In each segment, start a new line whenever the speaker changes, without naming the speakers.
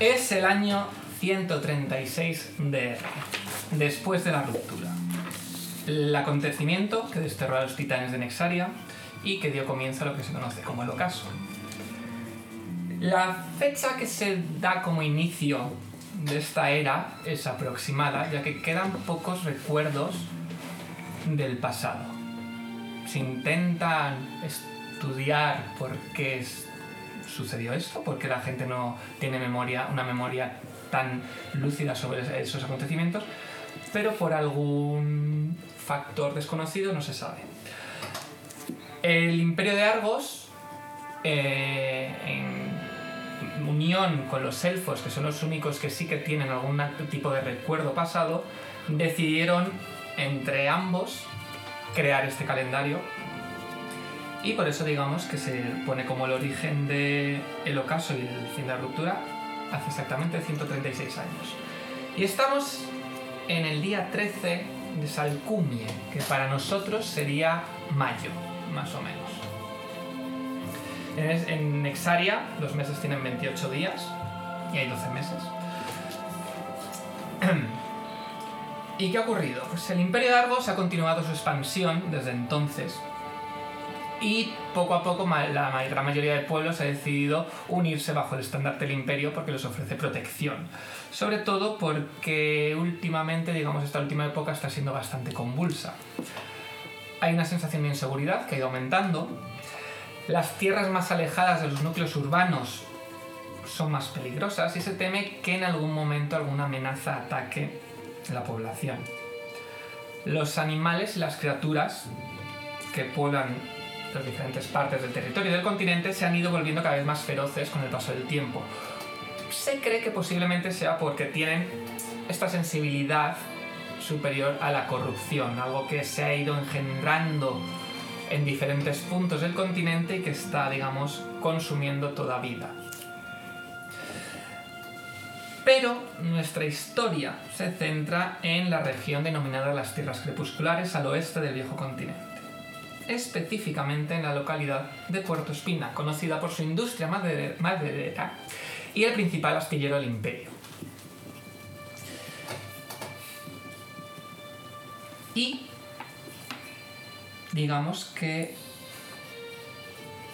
Es el año 136 de R, después de la ruptura. El acontecimiento que desterró a los titanes de Nexaria y que dio comienzo a lo que se conoce como el ocaso. La fecha que se da como inicio de esta era es aproximada, ya que quedan pocos recuerdos del pasado. Se intentan estudiar por qué es- sucedió esto, por qué la gente no tiene memoria, una memoria tan lúcida sobre esos acontecimientos, pero por algún factor desconocido no se sabe. El imperio de Argos, eh, en unión con los elfos, que son los únicos que sí que tienen algún tipo de recuerdo pasado, decidieron entre ambos crear este calendario. Y por eso digamos que se pone como el origen del el ocaso y el fin de la ruptura hace exactamente 136 años. Y estamos en el día 13 de Salcumie, que para nosotros sería mayo, más o menos. En, es- en Nexaria los meses tienen 28 días y hay 12 meses. ¿Y qué ha ocurrido? Pues el Imperio de Argos ha continuado su expansión desde entonces y poco a poco ma- la ma- gran mayoría de pueblos ha decidido unirse bajo el estandarte del imperio porque les ofrece protección. Sobre todo porque últimamente, digamos, esta última época está siendo bastante convulsa. Hay una sensación de inseguridad que ha ido aumentando. Las tierras más alejadas de los núcleos urbanos son más peligrosas y se teme que en algún momento alguna amenaza ataque la población. Los animales y las criaturas que pueblan las diferentes partes del territorio del continente se han ido volviendo cada vez más feroces con el paso del tiempo. Se cree que posiblemente sea porque tienen esta sensibilidad superior a la corrupción, algo que se ha ido engendrando en diferentes puntos del continente y que está, digamos, consumiendo toda vida. Pero nuestra historia se centra en la región denominada las Tierras Crepusculares al oeste del viejo continente específicamente en la localidad de Puerto Espina, conocida por su industria madere- maderera y el principal astillero del imperio. Y digamos que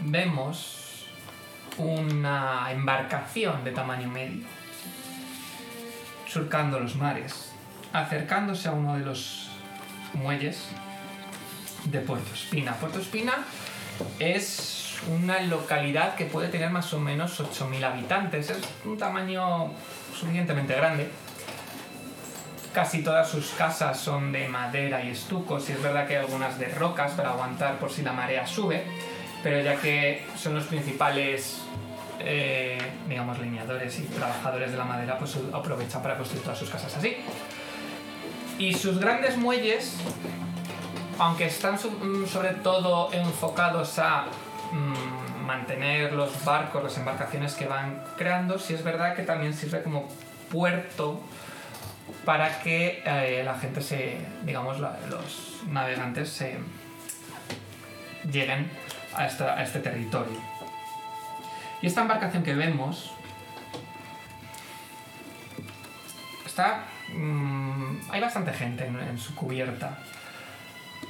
vemos una embarcación de tamaño medio surcando los mares, acercándose a uno de los muelles de Puerto Espina. Puerto Espina es una localidad que puede tener más o menos 8.000 habitantes. Es un tamaño suficientemente grande. Casi todas sus casas son de madera y estucos, y es verdad que hay algunas de rocas para aguantar por si la marea sube, pero ya que son los principales, eh, digamos, leñadores y trabajadores de la madera, pues aprovechan para construir todas sus casas así. Y sus grandes muelles aunque están so- mm, sobre todo enfocados a mm, mantener los barcos, las embarcaciones que van creando, sí es verdad que también sirve como puerto para que eh, la gente se, digamos, la- los navegantes se lleguen a, esta- a este territorio. Y esta embarcación que vemos está, mm, hay bastante gente en- en su cubierta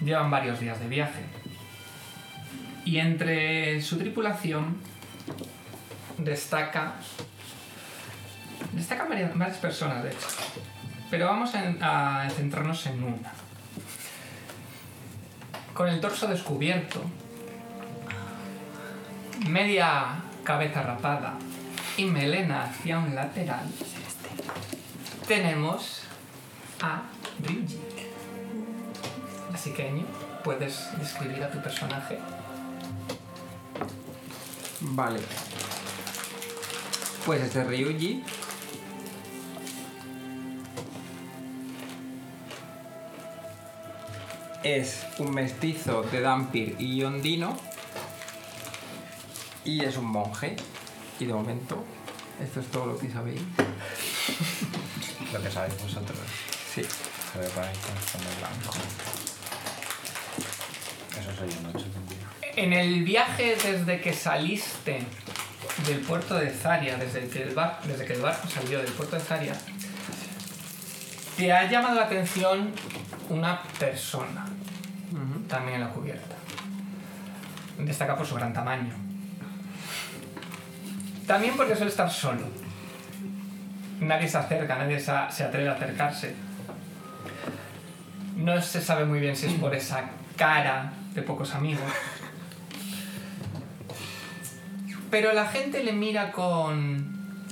llevan varios días de viaje. Y entre su tripulación destaca. Destacan varias, varias personas, de hecho. Pero vamos en- a centrarnos en una. Con el torso descubierto, media cabeza rapada y melena hacia un lateral, tenemos a Ryuji. Así que, Año, ¿eh? ¿puedes describir a tu personaje?
Vale. Pues este Ryuji. Es un mestizo de Dampir y Ondino. Y es un monje. Y de momento, esto es todo lo que sabéis.
Lo que sabéis vosotros.
Sí.
Se ve por ahí con fondo blanco. Eso soy un 8 también.
En el viaje desde que saliste del puerto de Zaria, desde que el, bar- desde que el barco salió del puerto de Zaria, te ha llamado la atención una persona, también en la cubierta. Destaca por su gran tamaño. También porque suele estar solo. Nadie se acerca, nadie se se atreve a acercarse. No se sabe muy bien si es por esa cara de pocos amigos. Pero la gente le mira con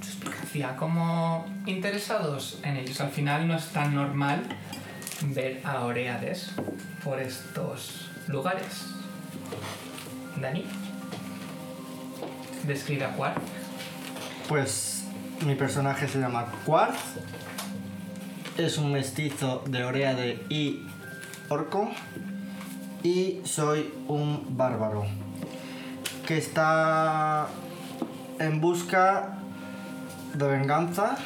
suspicacia, como interesados en ellos. Al final no es tan normal ver a Oreades por estos lugares. Dani, describe a Quark.
Pues mi personaje se llama Quartz. Es un mestizo de Oreade y Orco. Y soy un bárbaro. Que está en busca de venganza.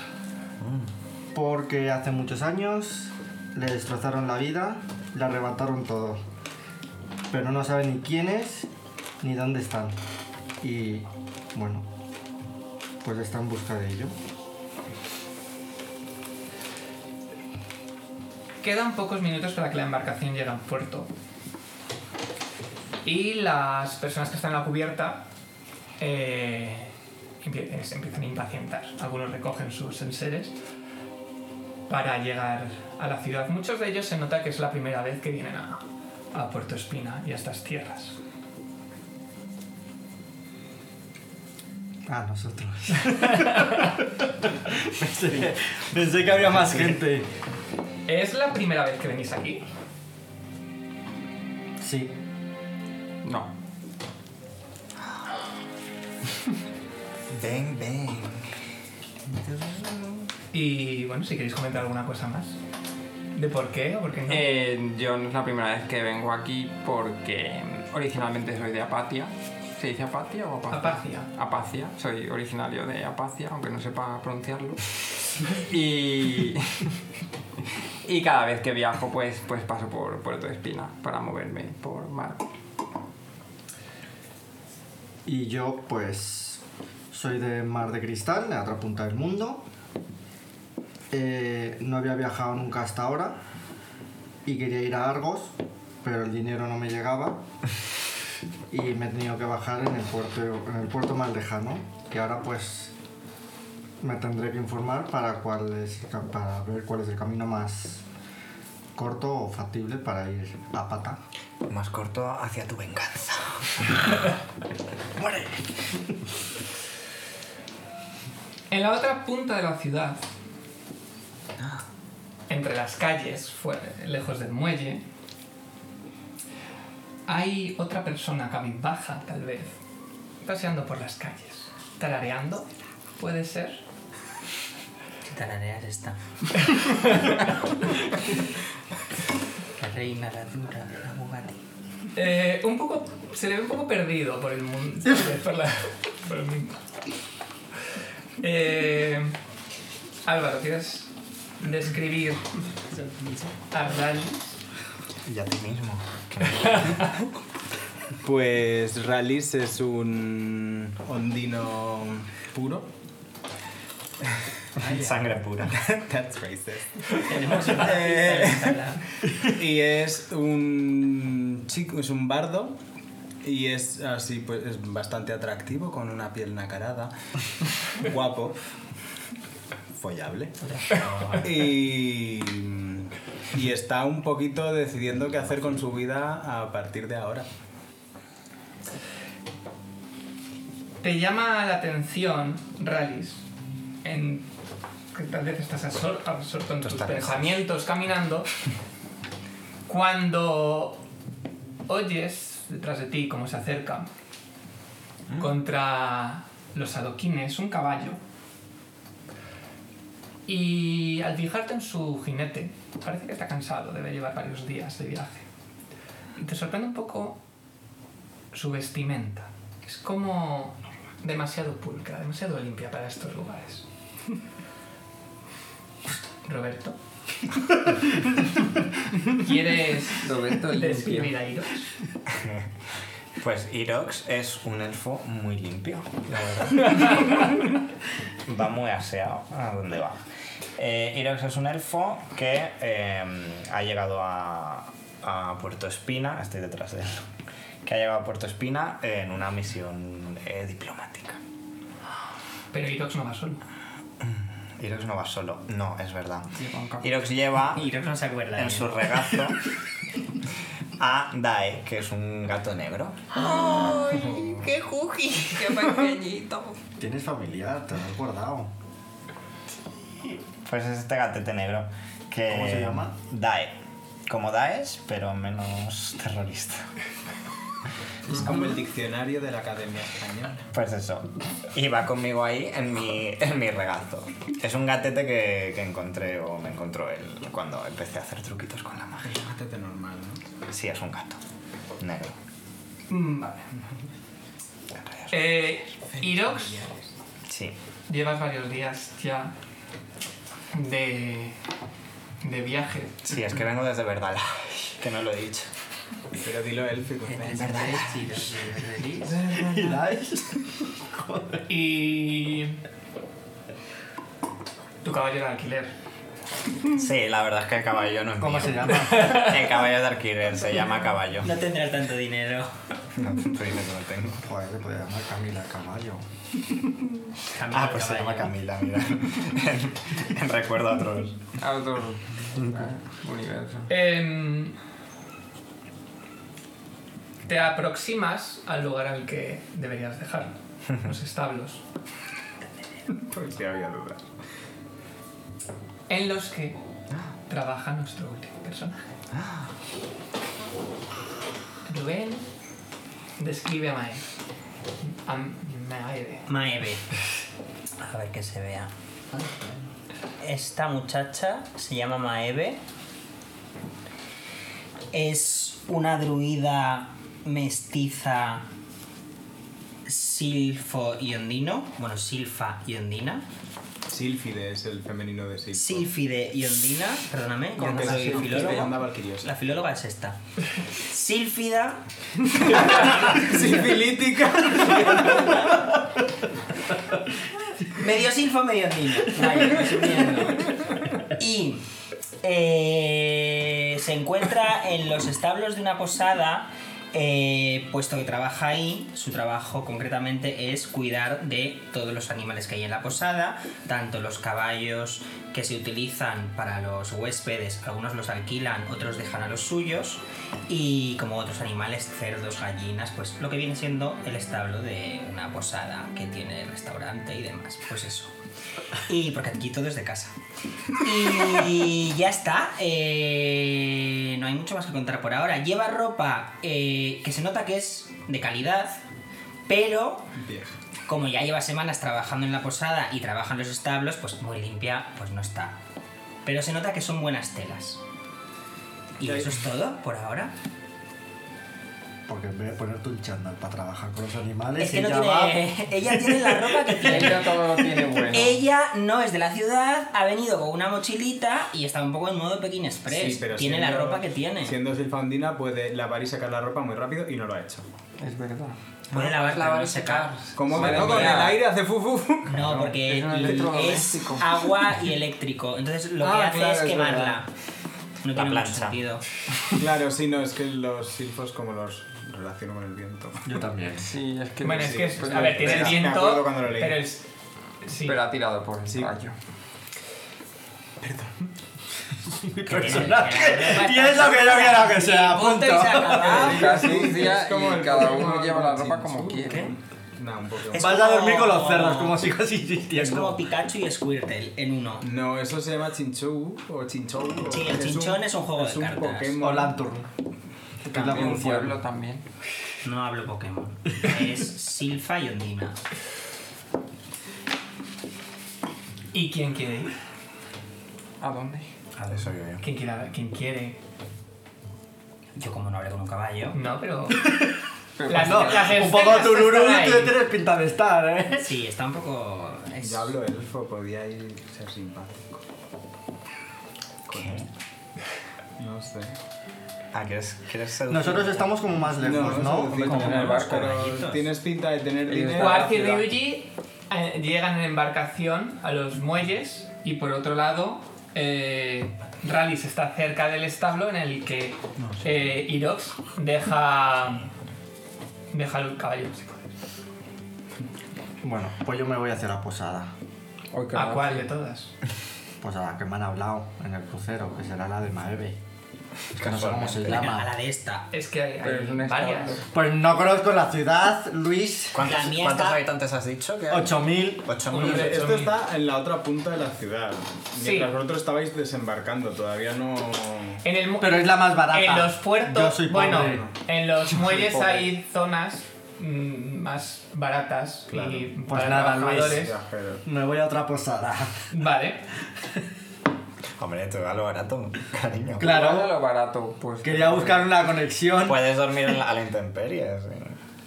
Porque hace muchos años le destrozaron la vida, le arrebataron todo. Pero no sabe ni quién es ni dónde están. Y bueno, pues está en busca de ello.
Quedan pocos minutos para que la embarcación llegue a un puerto. Y las personas que están en la cubierta eh, empie- se empiezan a impacientar. Algunos recogen sus enseres para llegar a la ciudad. Muchos de ellos se nota que es la primera vez que vienen a, a Puerto Espina y a estas tierras.
Ah, nosotros. pensé, pensé que había más gente.
¿Es la primera vez que venís aquí?
Sí.
No.
Bang, bang.
Y bueno, si queréis comentar alguna cosa más. ¿De por qué o por qué no?
Eh, yo no es la primera vez que vengo aquí porque originalmente soy de Apatia. ¿Se dice Apatia o Apacia?
Apacia.
Apacia, soy originario de Apacia, aunque no sepa pronunciarlo. y, y cada vez que viajo, pues, pues paso por Puerto Espina para moverme por mar.
Y yo, pues, soy de Mar de Cristal, de la otra punta del mundo. Eh, no había viajado nunca hasta ahora. Y quería ir a Argos, pero el dinero no me llegaba. Y me he tenido que bajar en el puerto, en el puerto más lejano. Que ahora, pues, me tendré que informar para, cuál es el ca- para ver cuál es el camino más corto o factible para ir a pata.
Más corto hacia tu venganza.
¡Muere!
En la otra punta de la ciudad, entre las calles, fuera, lejos del muelle, hay otra persona baja, tal vez, paseando por las calles, tarareando, puede ser.
¿Qué taranea es esta? la reina, la dura, la Bugatti.
Eh, un poco, se le ve un poco perdido por el mundo, por, la- por el mundo. Eh, Álvaro, ¿quieres describir a Rally?
Y a ti mismo.
Pues Rallis es un ondino puro.
Sangre pura.
That's racist. Eh,
Tenemos una pista en
Eh,
la sala.
Y es un chico, es un bardo y es así, pues es bastante atractivo con una piel nacarada, guapo, follable. Y, y está un poquito decidiendo qué hacer con su vida a partir de ahora.
Te llama la atención, Rallis, en que tal vez estás absor- absorto en tus pensamientos caminando, cuando oyes detrás de ti cómo se acerca contra los adoquines un caballo. Y al fijarte en su jinete, parece que está cansado, debe llevar varios días de viaje. Y te sorprende un poco su vestimenta. Es como demasiado pulcra, demasiado limpia para estos lugares. Roberto. ¿Quieres
Roberto limpio.
describir a Iros?
Pues Irox es un elfo muy limpio, la verdad. va muy aseado a donde va. Eh, Irox es un elfo que eh, ha llegado a, a Puerto Espina, estoy detrás de él, que ha llegado a Puerto Espina en una misión eh, diplomática.
Pero Irox no va solo.
Irox no va solo, no, es verdad.
Lleva un café.
Irox lleva
Y no se acuerda. de
en
él.
su regazo a Dae, que es un gato negro.
¡Qué cookie! ¡Qué pequeñito!
Tienes familiar, te lo has guardado.
Pues es este gatete negro. Que
¿Cómo se llama?
Dae. Como Daesh, pero menos terrorista.
Es como el diccionario de la Academia Española.
Pues eso. Y va conmigo ahí en mi, en mi regazo. Es un gatete que, que encontré o me encontró él cuando empecé a hacer truquitos con la magia.
Es un gatete normal, ¿no?
Sí, es un gato. Negro.
Mm, Vale.
En realidad es-
Eh, Irox,
Sí.
llevas varios días ya de, de viaje.
Sí, es que vengo desde Verdala. Que no lo he dicho.
Pero dilo élfico.
Es verdad, es chido, sí, es verdad.
¿Y dais?
Y. Tu caballero de alquiler.
Sí, la verdad es que el caballo no es
¿Cómo
mío.
se llama?
El caballo de alquiler se llama caballo.
No tendrás tanto dinero.
No, tú dime que no tengo.
Joder, le podía llamar Camila Caballo.
Camila
Ah, pues se llama
Caballo.
Camila, mira. en, en recuerdo a otros.
A otro eh, universo.
Em, te aproximas al lugar al que deberías dejar los establos,
Por si había dudas.
en los que trabaja nuestro último personaje. Rubén describe a Mae. A Maeve.
Maeve. A ver que se vea. Esta muchacha se llama Maeve. Es una druida mestiza silfo y ondino. Bueno, silfa y ondina.
Sílfide es el femenino de Sílfo.
Silfide y ondina, perdóname, yo no
Porque la
soy
sílfide anda
filólogo.
valquiriosa.
La filóloga es esta. Silfida
Sílfilítica.
Medio silfo, medio niño. Vale, resumiendo. Y eh, se encuentra en los establos de una posada, eh, puesto que trabaja ahí. Su trabajo concretamente es cuidar de todos los animales que hay en la posada, tanto los caballos que se utilizan para los huéspedes, algunos los alquilan, otros dejan a los suyos, y como otros animales, cerdos, gallinas, pues lo que viene siendo el establo de una posada que tiene restaurante y demás. Pues eso. Y porque aquí todo es de casa. Y ya está. eh, no hay mucho más que contar por ahora. Lleva ropa eh, que se nota que es de calidad, pero
Vieja.
como ya lleva semanas trabajando en la posada y trabaja en los establos, pues muy limpia, pues no está. Pero se nota que son buenas telas. Y eso es todo por ahora.
Porque en vez de ponerte un chándal para trabajar con los animales,
Es que no
ella va...
tiene. Ella tiene la ropa que tiene.
Ella todo lo tiene bueno.
Ella no es de la ciudad, ha venido con una mochilita y está un poco en modo Pekín Express.
Sí, pero
tiene la
siendo-
ropa que tiene.
Siendo silfandina puede lavar y sacar la ropa muy rápido y no lo ha hecho.
Es verdad.
Puede lavar, pero no secar.
Como que
Madre
no con el
mía.
aire hace fufu.
No, porque
es un
es
electrodoméstico.
agua y eléctrico. Entonces lo que
Ah,
hace
claro,
es
es
quemarla.
verdad.
No
La
tiene mucho
plancha.
sentido.
Claro, sí, no, es que los silfos como los relaciono con el viento.
Yo también.
Sí, es que. pues
Bueno, es
sí,
que, es-
pero-
a ver, tiene el
me
viento,
acuerdo cuando lo leí.
pero es... Sí,
Pero ha tirado por el
Sí.
rayo.
Y es lo que yo quiero que sea,
Punto y se ha acabado.
Ah, La sucia
Es como
y
el
cada
Pokémon
uno lleva la ropa
Chinchu.
como quiere.
Nah, un poco.
Es-
Vas a dormir con los
como-
cerdos, como sigas
Es como
insistiendo.
Pikachu y Squirtle en uno.
No, eso se llama Chinchou o Chinchou. o-
Sí, el
es
chinchón es un juego
es
de
un
cartas.
Pokémon.
O Lanturn. Que es la
En un
pronunciación.
pueblo también.
No hablo Pokémon. Es Silfa y Ondina.
¿Y quién quiere ir?
¿A dónde?
Eso yo.
¿Quién quiere? ¿Quién quiere?
Yo como no hablé con un caballo.
No, pero...
Pero pues,
Las-
No,
las
un poco
escenas
tururú,
están ahí.
tú tienes pinta de estar, ¿eh?
Sí, está un poco. es-
Yo hablo elfo, podía ir ser simpático.
¿Qué?
No sé.
Ah, ¿quieres, quieres seducir?
Nosotros estamos como más lejos, ¿no?
sé decir,
Como
tenemos,
en el barco.
pero tienes pinta de tener dinero.
Quark y Ryuji eh, llegan en embarcación a los muelles y por otro lado eh, Rallis está cerca del establo en el que eh, Irox deja deja el caballo
Bueno, pues yo me voy hacia la posada.
Uy, qué
¿A
mal.
cuál de todas?
Posada pues, que me han hablado en el crucero, que será la de Maeve. Es que no sé cómo se
A la
llama.
de esta.
Es que hay,
Pero
hay
es un
varias.
establo.
Pues no conozco la ciudad, Luis.
¿Cuántos,
La mía
cuántos
está-
habitantes has dicho? que hay?
8000.
Ocho
Uno
mil.
de-
Esto está en la otra punta de la ciudad.
Sí.
Mientras vosotros estabais desembarcando, todavía no.
En el mu-
Pero es la más barata.
en los
Yo
puertos,
soy pobre.
bueno, en los muelles
pobre.
hay zonas mm, más baratas
Claro.
y
Pues
para
nada, Luis.
trabajadores.
Viajeros.
Me voy a otra posada.
Vale.
Hombre, tú a lo barato, cariño.
Igual de
Claro.
lo barato, pues.
Quería buscar una conexión.
Pues-
Puedes dormir en la, a la intemperie. sí.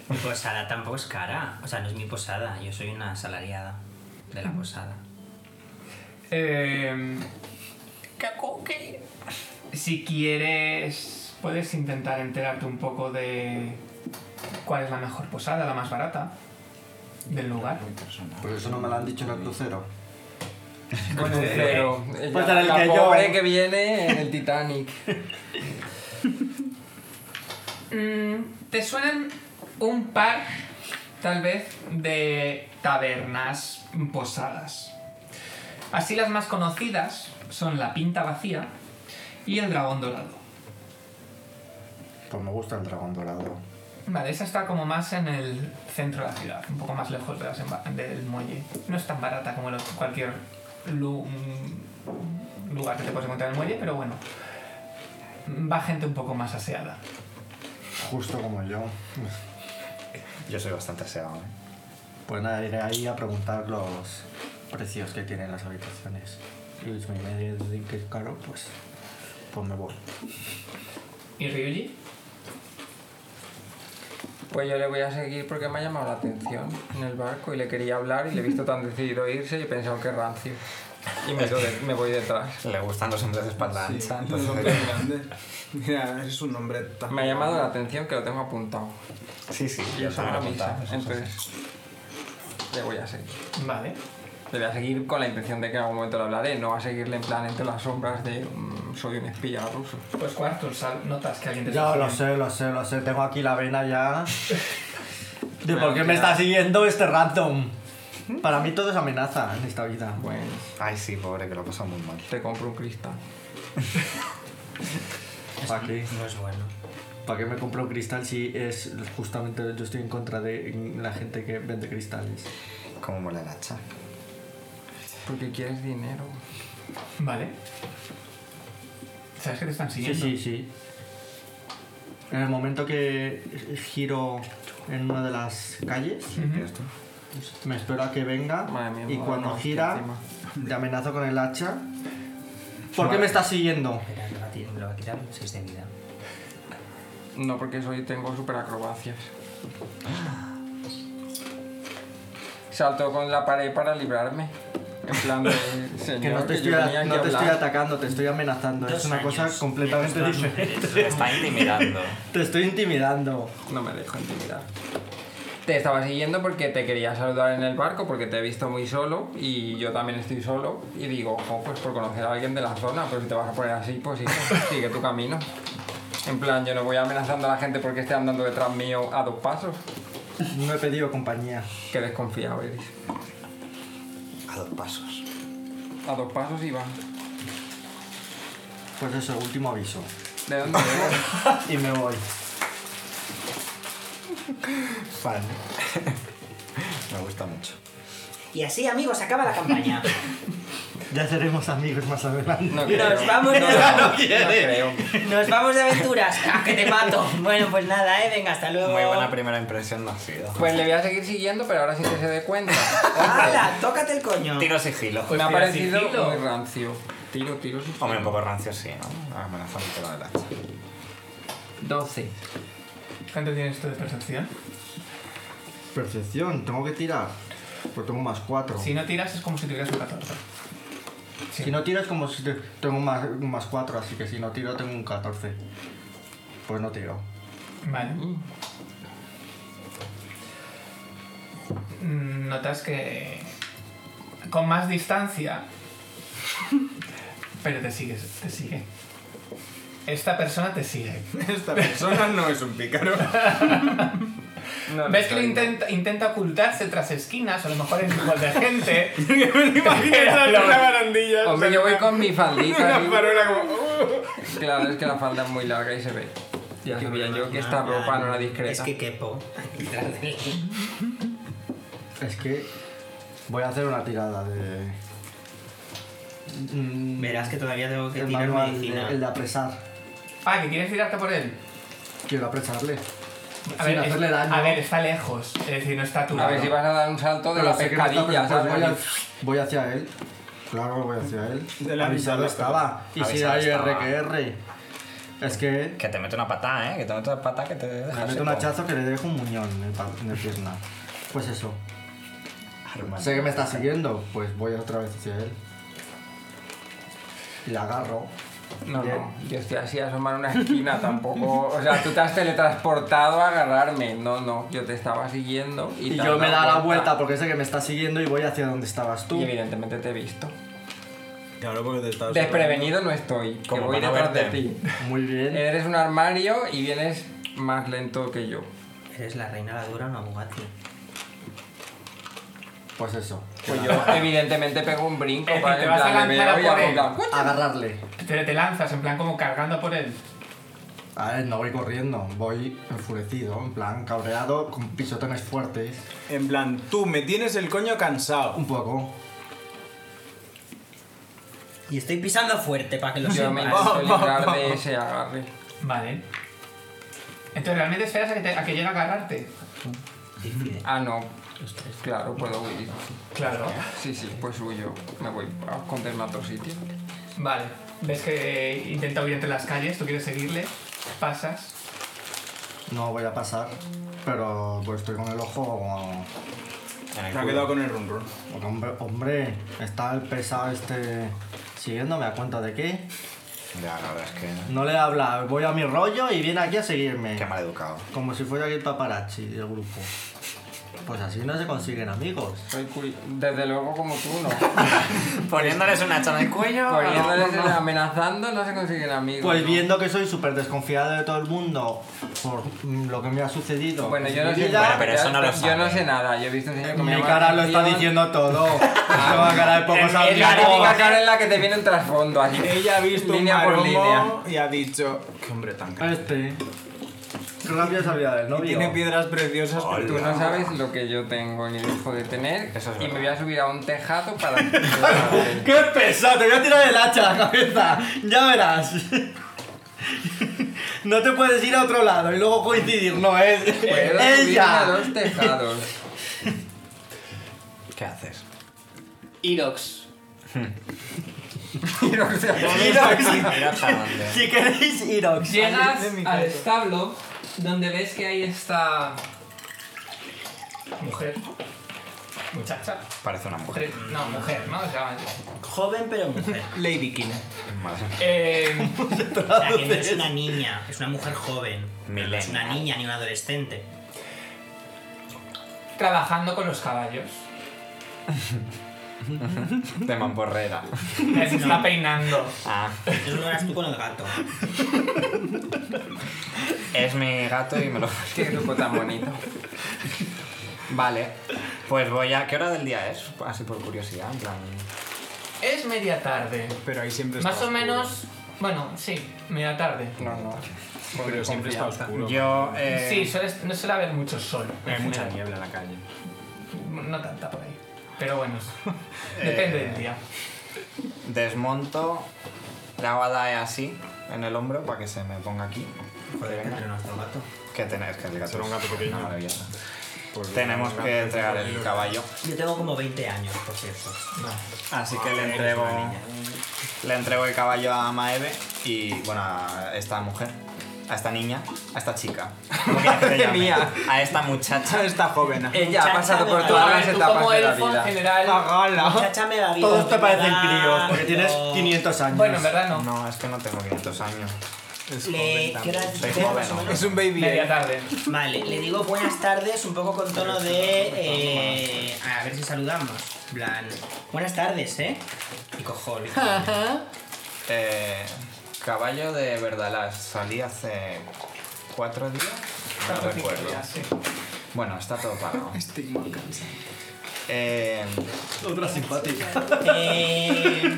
Mi posada tampoco es cara. O sea, no es mi posada. Yo soy una asalariada de la posada.
Eh, si quieres, puedes intentar enterarte un poco de cuál es la mejor posada, la más barata del lugar.
Pero eso no me lo han dicho en el crucero.
Bueno, eh,
Pero. ella-
Pues en el
la
que yo-
pobre que viene en el Titanic.
mm, te suenan un par, tal vez, de tabernas posadas. Así las más conocidas son la Pinta Vacía y el Dragón Dorado.
Pues me gusta el dragón dorado.
Vale, esa está como más en el centro de la ciudad, un poco más lejos de las emba- del muelle. No es tan barata como el otro- cualquier lu- mm, lugar que te puedes encontrar en el muelle, pero bueno. Va gente un poco más aseada.
Justo como yo.
Yo soy bastante aseado. ¿eh?
Pues nada, iré ahí a preguntar los precios que tienen las habitaciones. Y si me dicen que es caro, pues, pues me voy.
¿Y Ryuji?
Pues yo le voy a seguir porque me ha llamado la atención en el barco y le quería hablar y le he visto tan decidido irse y he pensado que rancio. Y me, he ido de- me voy detrás.
Le gustan los hombres de espalda
Sí,
ancha.
un
entonces-
hombre grande. Mira, es un hombre tan.
Me ha llamado la atención que lo tengo apuntado.
Sí, sí,
Y eso
también
no
lo
misa.
apuntaba, eso sí.
Entonces, le voy a seguir.
Vale.
Le voy a seguir con la intención de que en algún momento le hablaré, no a seguirle en plan entre las sombras de mm, soy un espía ruso.
Pues cuarto, sal- notas que alguien te está
Ya lo
siguiendo.
sé, lo sé, lo sé. Tengo aquí la vena ya. ¿De por qué me está siguiendo este random? Para mí todo es amenaza en esta vida.
Bueno,
Ay, sí, pobre, que lo pasó muy mal.
Pues, te compro un cristal.
¿Para qué?
No es bueno.
¿Para qué me compro un cristal si es justamente yo estoy en contra de la gente que vende cristales?
Como mola el hacha.
Porque quieres dinero.
Vale. ¿Sabes que te están
Sí,
siguiendo?
sí, sí. En el momento que giro en una de las calles,
Ujú.
¿Quieres tú?
me espero a que venga
Madre mía,
y
no,
cuando
no,
gira, le amenazo con el hacha. ¿Por qué me estás siguiendo?
Espera, me va a tirar- me lo va a quitar 6 de vida.
No, porque soy, tengo super acrobacias. Salto con la pared para librarme. En plan de. Señor,
Que no te,
que
estoy,
yo tenía
no
que
te estoy
hablar.
atacando, te estoy amenazando. Es
Dos
una cosa
años.
completamente
Estas
diferente.
mujeres.
Te está intimidando.
Te estoy intimidando.
No me dejo intimidar. Te estaba siguiendo porque te quería saludar en el barco, porque te he visto muy solo y yo también estoy solo. Y digo, ojo, pues por conocer a alguien de la zona, pero si te vas a poner así, pues hijo, sigue tu camino. En plan, yo no voy amenazando a la gente porque esté andando detrás mío a dos pasos.
No he pedido compañía.
Que desconfiado eres.
A dos pasos.
A dos pasos y va.
Pues eso, último aviso.
¿De dónde eres?
Y me voy.
Fan. Me gusta mucho.
Y así, amigos, acaba la campaña.
Ya seremos amigos más adelante.
No creo.
Nos vamos de
No, no, no creo.
Nos vamos de aventuras. ¡Ah, que te mato! Bueno, pues nada, eh. Venga, hasta luego.
Muy buena primera impresión no ha sido.
Pues le voy a seguir siguiendo, pero ahora sí que se dé cuenta.
¡Hala! ¡Tócate el coño!
Tiro sigilo.
Pues
Me ha
tira
parecido
sigilo.
muy rancio. Tiro, tiro, sí.
Hombre, un poco rancio sí, ¿no? Amenazante lo del hacha.
12.
¿Cuánto tienes tú de percepción?
Percepción, tengo que tirar. Pues tengo más cuatro.
Si no tiras es como si tuvieras un 14. Sí.
Si no tiro es como si te- tengo más, más 4, así que si no tiro tengo un 14. Pues no tiro.
Vale. Mm, Notas que con más distancia, pero te sigue, te sigue. Esta persona te sigue.
Esta persona no es un pícaro.
No, no
Ves que
soy,
lo
no.
intenta, intenta ocultarse tras esquinas, o a lo mejor en grupos de gente.
Imagínate
Lo-
una barandilla.
Hombre, yo voy con mi faldita.
Una
ahí.
farola como. uh.
Claro, es que la falda es muy larga y se ve. Ya sabía yo que esta ropa no era discreta.
Es que quepo. detrás de él.
Es que voy a hacer una tirada de. Mm,
Verás que todavía tengo que
el
tirar
manual, de-
medicina.
el de apresar.
Ah, que quieres tirarte por él.
Quiero apresarle.
A
Sin
ver, es-
hacerle daño.
a ver, está lejos. Es decir, no está a tu
A
lado.
ver si vas a dar un salto de
Pero
la
sé que no está pues
pescadilla,
apresado,
¿sabes?
voy, al- voy hacia él. Claro, voy hacia él.
De la
Avisarle
mitad,
estaba. Y si
Avisarle
hay
estaba.
R que R. Es que
Que te mete una patada, ¿eh? Que te mete una patada que te deja
le meto
seco.
un hachazo que le dejo un muñón en el, pa- en el pierna. Pues eso.
Arma.
Sé que me está siguiendo, pues voy otra vez hacia él. Y la agarro.
No, no, yo estoy así a asomar una esquina tampoco. O sea, tú te has teletransportado a agarrarme. No, no, yo te estaba siguiendo. Y,
Y
te has
yo me da la
dado
vuelta porque sé que me está siguiendo y voy hacia donde estabas tú.
Y evidentemente te he visto.
Claro, porque te estás.
Desprevenido no estoy, que
Como
voy
para
detrás de
verte.
ti.
Muy bien.
Eres un armario y vienes más lento que yo.
Eres la reina la dura, una Bugatti.
Pues eso.
Pues yo evidentemente pego un brinco
Es que
para
te
que
vas a
plan le
lanzar
veo
a por
y hago en
él.
plan,
Agarrarle.
Te, te lanzas en plan como cargando por él.
A ver, no voy corriendo, voy enfurecido, en plan cabreado, con pisotones fuertes.
En plan, tú me tienes el coño cansado.
Un poco.
Y estoy pisando fuerte para que lo
Yo me
sepas.
intento librar de ese agarre.
Vale. Entonces, ¿realmente esperas a que, te- a que llegue a agarrarte?
Ah, no. Claro, puedo huir.
Claro.
Sí, sí, pues huyo. Me voy a esconderme a otro sitio.
Vale. Ves que intenta huir entre las calles, tú quieres seguirle, pasas.
No voy a pasar, pero pues estoy con el ojo como...
En el
Me ha
culo.
quedado con el run run.
porque, Hombre, hombre, está el pesado este siguiéndome a cuenta de qué.
Ya, la verdad es que...
No le habla, voy a mi rollo y viene aquí a seguirme.
Qué mal educado.
Como si fuera aquí el paparazzi del grupo. Pues así no se consiguen amigos.
Soy curi- Desde luego como tú, no.
Poniéndoles una hacha en el cuello.
Poniéndoles amenazando no se consiguen amigos.
Pues
¿no?
viendo que soy súper desconfiado de todo el mundo por mm, lo que me ha sucedido.
Bueno,
en
yo no
mi
sé
vida,
nada.
Bueno, pero eso no lo
Yo no
sabe.
sé nada. Yo he visto un señor con
Mi cara lo está diciendo todo. Tengo cara de pocos
Es la típica
amigos.
cara en la que te viene un trasfondo así.
Ella ha visto
línea
un
por línea.
maromo y ha dicho. Qué hombre tan caro.
Este. Rápida salida del novio.
Tiene piedras preciosas. pero
Tú no sabes lo que yo tengo ni dejo de tener.
Eso es
y me
verdad.
voy a subir a un tejado para.
¡Qué pesado! Te voy a tirar el hacha a la cabeza. Ya verás. No te puedes ir a otro lado y luego coincidir, no es.
Puedo subirme a
¡Ella!
dos tejados.
¿Qué haces?
Irox.
Y no sé-
Mira hasta dónde.
Si queréis, Irox.
Llegas
mi
al
casa.
establo donde ves que hay esta mujer. Muchacha.
Parece una mujer.
Mujer- No, mujer, ¿no? O sea,
Joven pero mujer.
Lady King.
Madre mía.
eh,
O sea, que no es una niña, es una mujer joven.
Milenio.
No es una niña ni una adolescente.
trabajando con los caballos.
De mamporrera.
Se Em, está peinando.
Ah.
Eso lo harás tú con el gato.
Es mi gato y me lo...
Qué grupo tan bonito.
Vale. Pues voy a... ¿Qué hora del día es? Así por curiosidad, en plan...
Es media tarde.
Pero ahí siempre está
Más o
oscuro.
menos. Bueno, sí, media tarde.
No, no.
Pero siempre está
Confianza.
oscuro.
Yo... Eh...
Sí, suele- no suele haber mucho sol.
Hay
en
mucha
general.
niebla en la calle.
No tanta por ahí. Pero bueno, depende del día.
Desmonto la guadaña así, en el hombro, para que se me ponga aquí.
Joder, pero no es tu gato.
Que tenéis que el gato
Será un
es
gato pequeño.
una maravilla.
Por lo
Tenemos
menos
que
gato,
entregar el
gato.
caballo.
Yo tengo como 20 años, por cierto.
Así
Ah,
que le entrego. Le entrego el caballo a Maeve y. bueno, a esta mujer. A esta niña, a esta chica. ¿Cómo quieres que te llame?
Mía.
A esta muchacha.
Está joven.
Ella ha pasado por todas
A
las
ver, tú como
etapas de la
elfo en
vida.
general.
Ah,
Muchacha me da vida.
Todos te
me
parecen
da
críos porque
gato.
tienes 500 años.
Bueno, en verdad no.
No, es que no tengo 500 años.
Es joven
Le
también.
queda
Soy
queda
joven,
más o
¿no?
menos.
Es un baby.
Media
eh.
tarde.
Vale, le digo buenas tardes, un poco con tono de. eh, a ver si saludamos. En plan, buenas tardes, ¿eh? Y cojo el-
Eh, caballo de Verdalas. Salí hace cuatro días. No recuerdo.
Ya sé.
Bueno, está todo pagado.
Estoy muy cansado.
Eh,
Otra simpática.
Eh,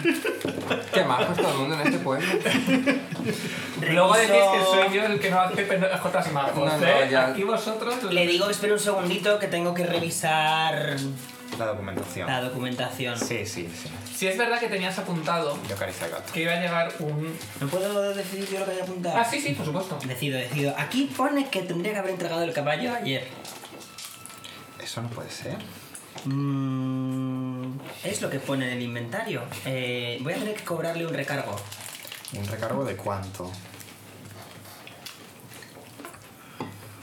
Qué majo es todo el mundo en este pueblo.
Luego
reviso-
decís que soy yo el que no hace pelotas majos,
No, no,
¿eh?
ya.
Aquí vosotros...
Le digo que espere un segundito que tengo que revisar
la documentación.
la documentación.
Sí, sí, sí.
Si es verdad que tenías apuntado
Yo acaricio al gato.
que iba a llegar un...
¿No puedo decidir yo lo que haya apuntado?
Ah, sí, sí, por supuesto.
Decido, decido. Aquí pone que tendría que haber entregado el caballo ayer.
Eso no puede ser.
Mm, es lo que pone en el inventario. Eh, voy a tener que cobrarle un recargo.
¿Un recargo de cuánto?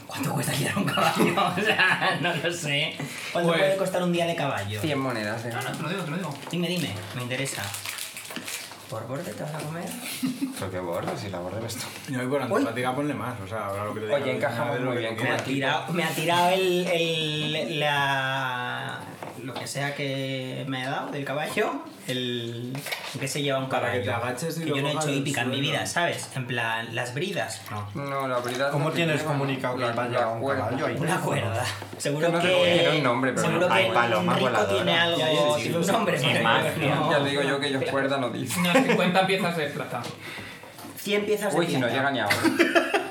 ¿Cuánto cuesta guiar un caballo? O sea, no lo sé. ¿Cuánto
Pues-
puede costar un día de caballo?
100 monedas, eh.
No, no, Ah, te lo digo, te lo digo.
Dime, dime, me interesa. ¿Por borde te vas a comer?
Creo que borra, si la borra ves tú.
Y hoy por antipática ponle más, o sea, ahora lo que le diga.
Oye, encajamos
lo
muy
que
bien
Me
quiera.
ha tirado, me ha tirado el, el- la, lo que sea que me ha dado del caballo. El que se lleva un caballo.
Para que te agaches y
Que
lo
yo no he
cojas
hecho
del
hípica en mi
suelo.
vida, ¿sabes? En plan, las bridas. No.
No, la verdad.
¿Cómo tienes comunicado que vaya un caballo ahí?
Una cuerda. Seguro
Que no
que.
recuerdo, tiene un nombre, pero
seguro
no.
que
Hay paloma
Rico
voladora.
tiene
Ya, ya,
algo.
sí,
Tiene un
los-
nombre,
los
pero
demás,
no.
Ya te digo yo que ellos cuerda no dicen.
Unas 50 piezas de plata.
100 piezas
Uy,
de
si no
plata.
llega ni ahora.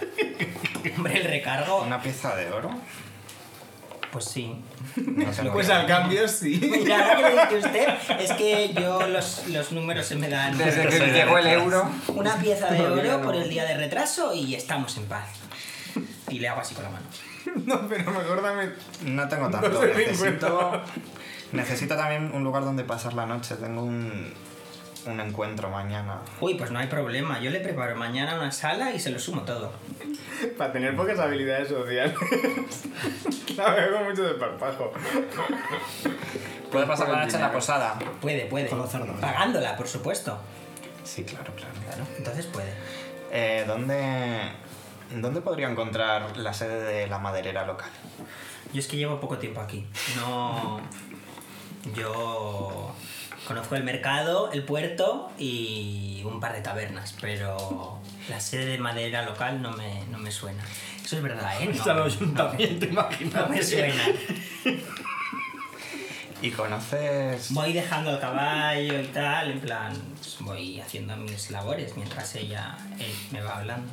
Hombre, el recargo.
¿Una pieza de oro?
Pues sí.
No tengo
Pues
idea.
al cambio sí.
Y ahora que lo dice usted, es que yo los, los números se me dan.
Desde que llegó el euro.
Una pieza de
Todavía
oro
no.
por el día de retraso y estamos en paz. Y le hago así con la mano.
No, pero mejor dame.
No tengo tanto.
No sé ni
necesito,
cuenta.
necesito también un lugar donde pasar la noche. Tengo un, un encuentro mañana.
Uy, pues no hay problema. Yo le preparo mañana una sala y se lo sumo todo.
Para tener pocas habilidades sociales. La veo con mucho desparpajo.
¿Puedo pasar la noche en la
dinero.
posada?
Puede, puede.
Con los cerdos.
Pagándola, por supuesto.
Sí, claro, claro.
Claro, entonces puede.
Eh, ¿dónde, ¿Dónde podría encontrar la sede de la maderera local?
Yo es que llevo poco tiempo aquí. No. Yo. Conozco el mercado, el puerto y un par de tabernas, pero la sede de madera local no me, no me suena. Eso es verdad, ¿eh? No,
Está el ayuntamiento,
no me
imagínate.
suena.
¿Y conoces...?
Voy dejando el caballo y tal, en plan, pues, voy haciendo mis labores mientras ella él me va hablando.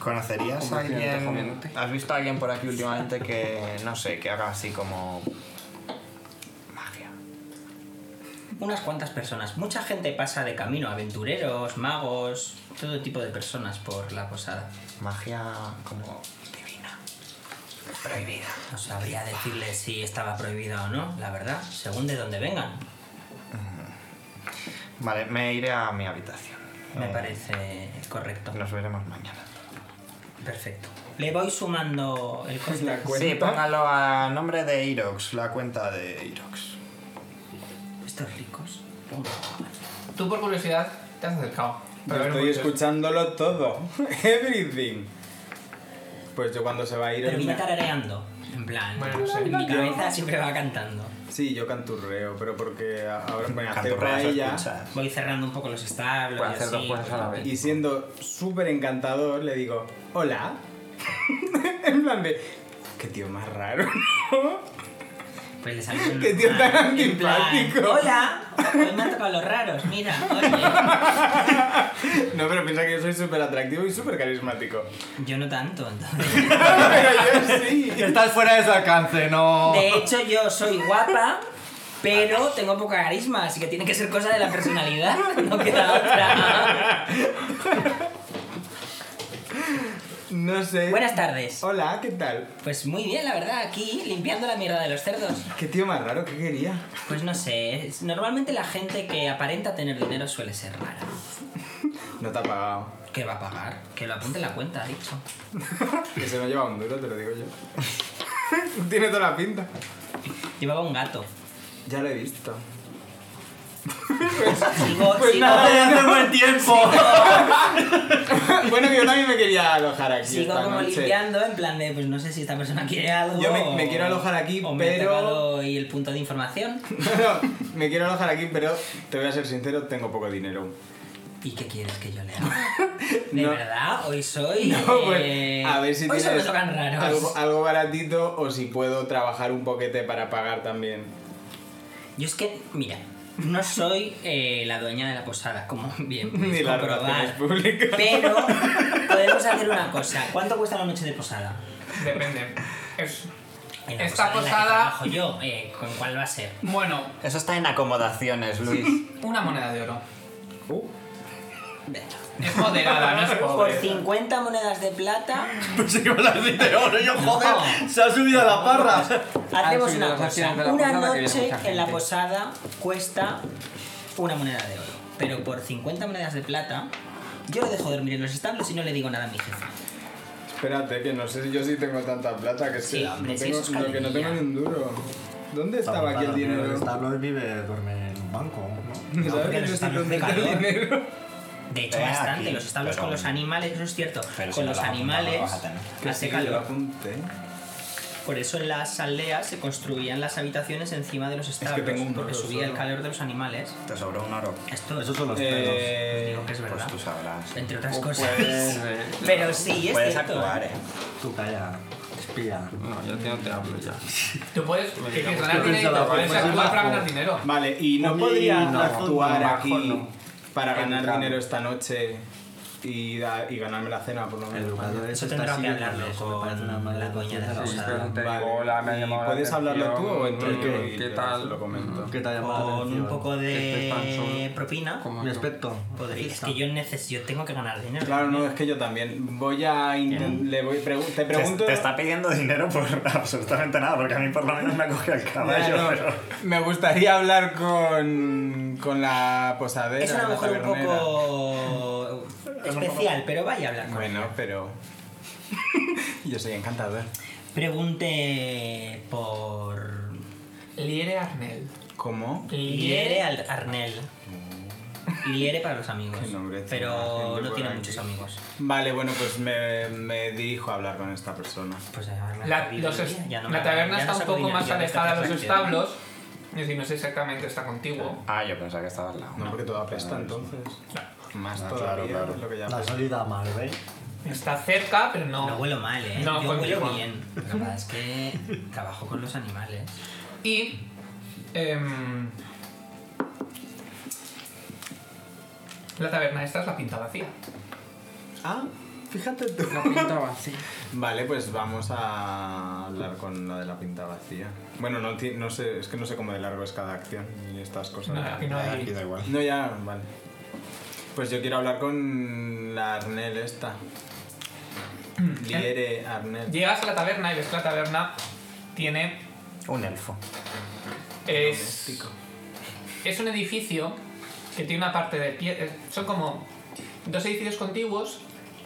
¿Conocerías a
Hombre, que no te
alguien?
jomiéndote.
¿Has visto a alguien por aquí últimamente que, no sé, que haga así como... magia?
Unas cuantas personas, mucha gente pasa de camino, aventureros, magos, todo tipo de personas por la posada.
Magia como divina. Prohibida.
No sabría decirle si estaba prohibido o no, la verdad, según de dónde vengan.
Vale, me iré a mi habitación.
Me
Ah.
Eh,
parece correcto.
Nos veremos mañana.
Perfecto. Le voy sumando el coste.
Sí, póngalo a nombre de Irox, la cuenta de Irox.
Estos ricos.
Tú por curiosidad te has acercado.
Yo
Pero
estoy
bueno,
escuchándolo todo. Everything. Pues yo cuando se va a ir.
Termina
me-
tarareando. En plan,
Bueno, no sé.
mi cabeza siempre va cantando.
Sí, yo canturreo, pero porque a- ahora me hace
Canturrea se
paella.
escucha.
Voy cerrando un poco los establos.
Puede
y
hacer dos
así. pues,
cosas a la vez.
Y siendo súper encantador, le digo, hola. en plan de, qué tío más raro, ¿no?
Pues le sale un
Qué tío tan
normal, en plan,
antipático.
Hola. Hoy me han tocado los raros, mira. Oye.
No, pero piensa que yo soy súper atractivo y súper carismático.
Yo no tanto, entonces.
pero yo sí.
Estás fuera de su alcance, no.
De hecho, yo soy guapa, pero tengo poca carisma, así que tiene que ser cosa de la personalidad. No queda otra.
No sé.
Buenas tardes.
Hola, ¿qué tal?
Pues muy bien, la verdad, aquí limpiando la mierda de los cerdos.
Qué tío más raro que quería.
Pues no sé, es- normalmente la gente que aparenta tener dinero suele ser rara.
No te ha pagado.
¿Qué va a pagar? Que lo apunte en la cuenta, ha dicho.
Que se me lleva un duro, te lo digo yo. Tiene toda la pinta.
Llevaba un gato.
Ya lo he visto.
Sigo, sigo,
buen tiempo!
bueno, que yo también me quería alojar aquí.
sigo
esta
como
noche.
limpiando, en plan de, pues no sé si esta persona quiere algo.
Yo me- me
o-
quiero alojar aquí,
o me ha
pero-
tocado y el punto de información.
Bueno, me quiero alojar aquí, pero te voy a ser sincero, tengo poco dinero.
¿Y qué quieres que yo le haga? ¿De
No.
verdad? Hoy soy.
No, pues,
eh,
a ver si
Hoy solo me
tienes
tocan raros.
algo, algo baratito o si puedo trabajar un poquete para pagar también.
Yo es que, mira, no soy eh, la dueña de la posada, como bien puedes
Ni las relaciones
comprobar.
públicas.
Pero podemos hacer una cosa. ¿Cuánto cuesta la noche de posada?
Depende. Es-
En la
Esta
en la que
posada-
trabajo yo, eh, ¿con cuál va a ser?
bueno,
Eso está en acomodaciones, Luis.
una moneda de oro.
Uh,
Venga.
Es moderada, no es
Por
pobre.
50 monedas de plata
Pensé que ibas a decir de oro, yo joder.
No.
Se ha subido a la parra.
hacemos
subido
una
las
cosa.
acciones de la
Una
posada que viene
noche
mucha
en la
gente.
posada cuesta una moneda de oro. Pero por 50 monedas de plata, yo lo dejo dormir en los establos y no le digo nada a mi jefe.
espérate, que no sé si yo sí tengo tanta plata que
Sí,
sea.
hombre,
no
sí,
tengo,
eso es
lo que no tengo
calderilla.
ni un duro. ¿Dónde estaba aquí el
El
dinero?
establo vive, duerme en un banco, ¿no?
No,
¿Sabes
porque
que
los
yo estoy
establos
donde
de
está el
calor.
dinero?
De hecho,
Eh,
bastante.
aquí,
los establos
pero-
con los animales, eso es cierto.
pero si
con
no
los
la vas a apuntar, no la
animales
vas a tener.
Que
hace
sí, que lo
calor.
apunté.
Por eso en las aldeas se construían las habitaciones encima de los establos.
tengo un
porque
oro
subía el
solo.
calor de los animales.
Te sobró un oro.
Esto
Esos son los pelos.
Eh,
digo que es
Pues
verdad.
tú sabrás.
Entre otras
O
cosas.
puedes, eh,
Pero sí, es
Puedes
cierto.
actuar, eh.
Tú calla, espía.
No, yo a ti no te hablo ya.
Tú puedes
Me
que- que
digamos,
ganar
que pensaba,
dinero, puedes
pues,
actuar para
bajo.
ganar dinero.
Vale, y no
Uy,
podría
no.
actuar
Bajo
aquí
no.
para ganar
Educado.
dinero esta noche y, da- y ganarme la cena, por lo menos.
Educadores
Eso
está
tendrá que
siguiendo
hablarlo
eso, me parece una
con
mala
la dueña de la
educación
Sí,
posada.
pero te
Vale,
digo, hola, me ha
¿y
llamado la
¿Puedes hablarlo tú
atención,
o entre
¿qué-
yo y
¿Qué
yo
tal?
Lo comento.
¿Qué te ha llamado la
Con
atención?
un poco
Este es tan
de
solo-
propina.
como
Mi
yo.
aspecto.
Podría. Es
Está.
que yo necesito, yo tengo que ganar dinero.
Claro, no, es que yo también. Voy a. inten- Le voy, pregu- te
Te,
pregunto.
te está pidiendo dinero por absolutamente nada, porque a mí por lo menos me coge el
Ya,
caballo,
no,
pero...
Me gustaría hablar con. con la posadera.
Es una
la
mujer un
tabernera.
poco especial, pero vaya a hablar con
Bueno, pero. yo soy encantador.
Pregunte por.
Liere Arnel.
¿Cómo?
Liere al Arnel. Liere para los amigos.
Qué nombre tiene la
pero
gente
no
por
tiene
aquí.
muchos amigos.
Vale, bueno, pues me, me dirijo a hablar con esta persona.
Pues a ver,
La,
vida,
los es-
ya no me-
la taberna
ya
está
no
un
saco
poco
dinero,
más
ya me está
alejada de los
tranquila.
establos. Es decir, no sé exactamente está contigo.
Ah, yo pensaba que estaba al lado.
No, porque todo apesta entonces. Más
Ah,
todavía
claro, claro.
es lo que ya
La
pasa.
salida a Marvel.
Está cerca, pero no.
No huelo mal, ¿eh?
No,
Yo
contigo.
huelo bien. Lo que pasa es que trabajo con los animales.
Y. em, la taberna esta es la pinta vacía.
Ah, fíjate tú.
La pintaba así.
Vale, pues vamos a hablar con la de la pinta vacía. Bueno, no, ti- no sé, es que no sé cómo de largo es cada acción y estas cosas.
No, aquí no hay-
Aquí da igual.
No, ya, vale. Pues yo quiero hablar con la Arnel esta. Liere Arnel.
Llegas a la taberna y ves que la taberna tiene.
Un elfo.
Es, es un edificio que tiene una parte de pie. eh, Son como dos edificios contiguos.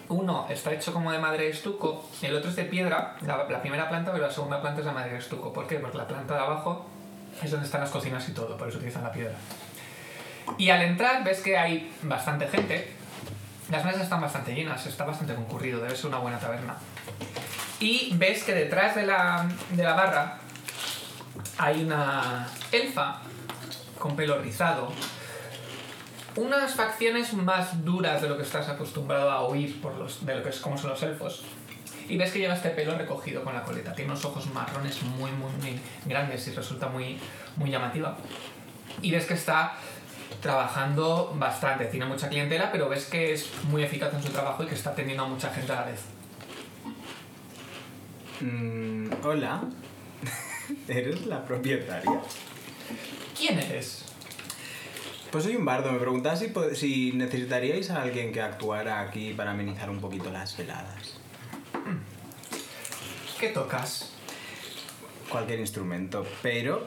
Uno está hecho como de madre de estuco y el otro es de piedra. La, la primera planta, pero la segunda planta es de madre de estuco. ¿Por qué? Porque la planta de abajo es donde están las cocinas y todo, por eso utilizan la piedra. Y al entrar ves que hay bastante gente. Las mesas están bastante llenas, está bastante concurrido, debe ser una buena taberna. Y ves que detrás de la, de la barra hay una elfa con pelo rizado. Unas facciones más duras de lo que estás acostumbrado a oír por los, de lo que es como son los elfos. Y ves que lleva este pelo recogido con la coleta. Tiene unos ojos marrones muy, muy, muy grandes y resulta muy, muy llamativa. Y ves que está trabajando bastante. Tiene mucha clientela, pero ves que es muy eficaz en su trabajo y que está atendiendo a mucha gente a la vez.
Mm, hola. ¿Eres la propietaria?
¿Quién eres?
Pues soy un bardo. Me preguntaba si, po- si necesitaríais a alguien que actuara aquí para amenizar un poquito las veladas.
¿Qué tocas?
Cualquier instrumento, pero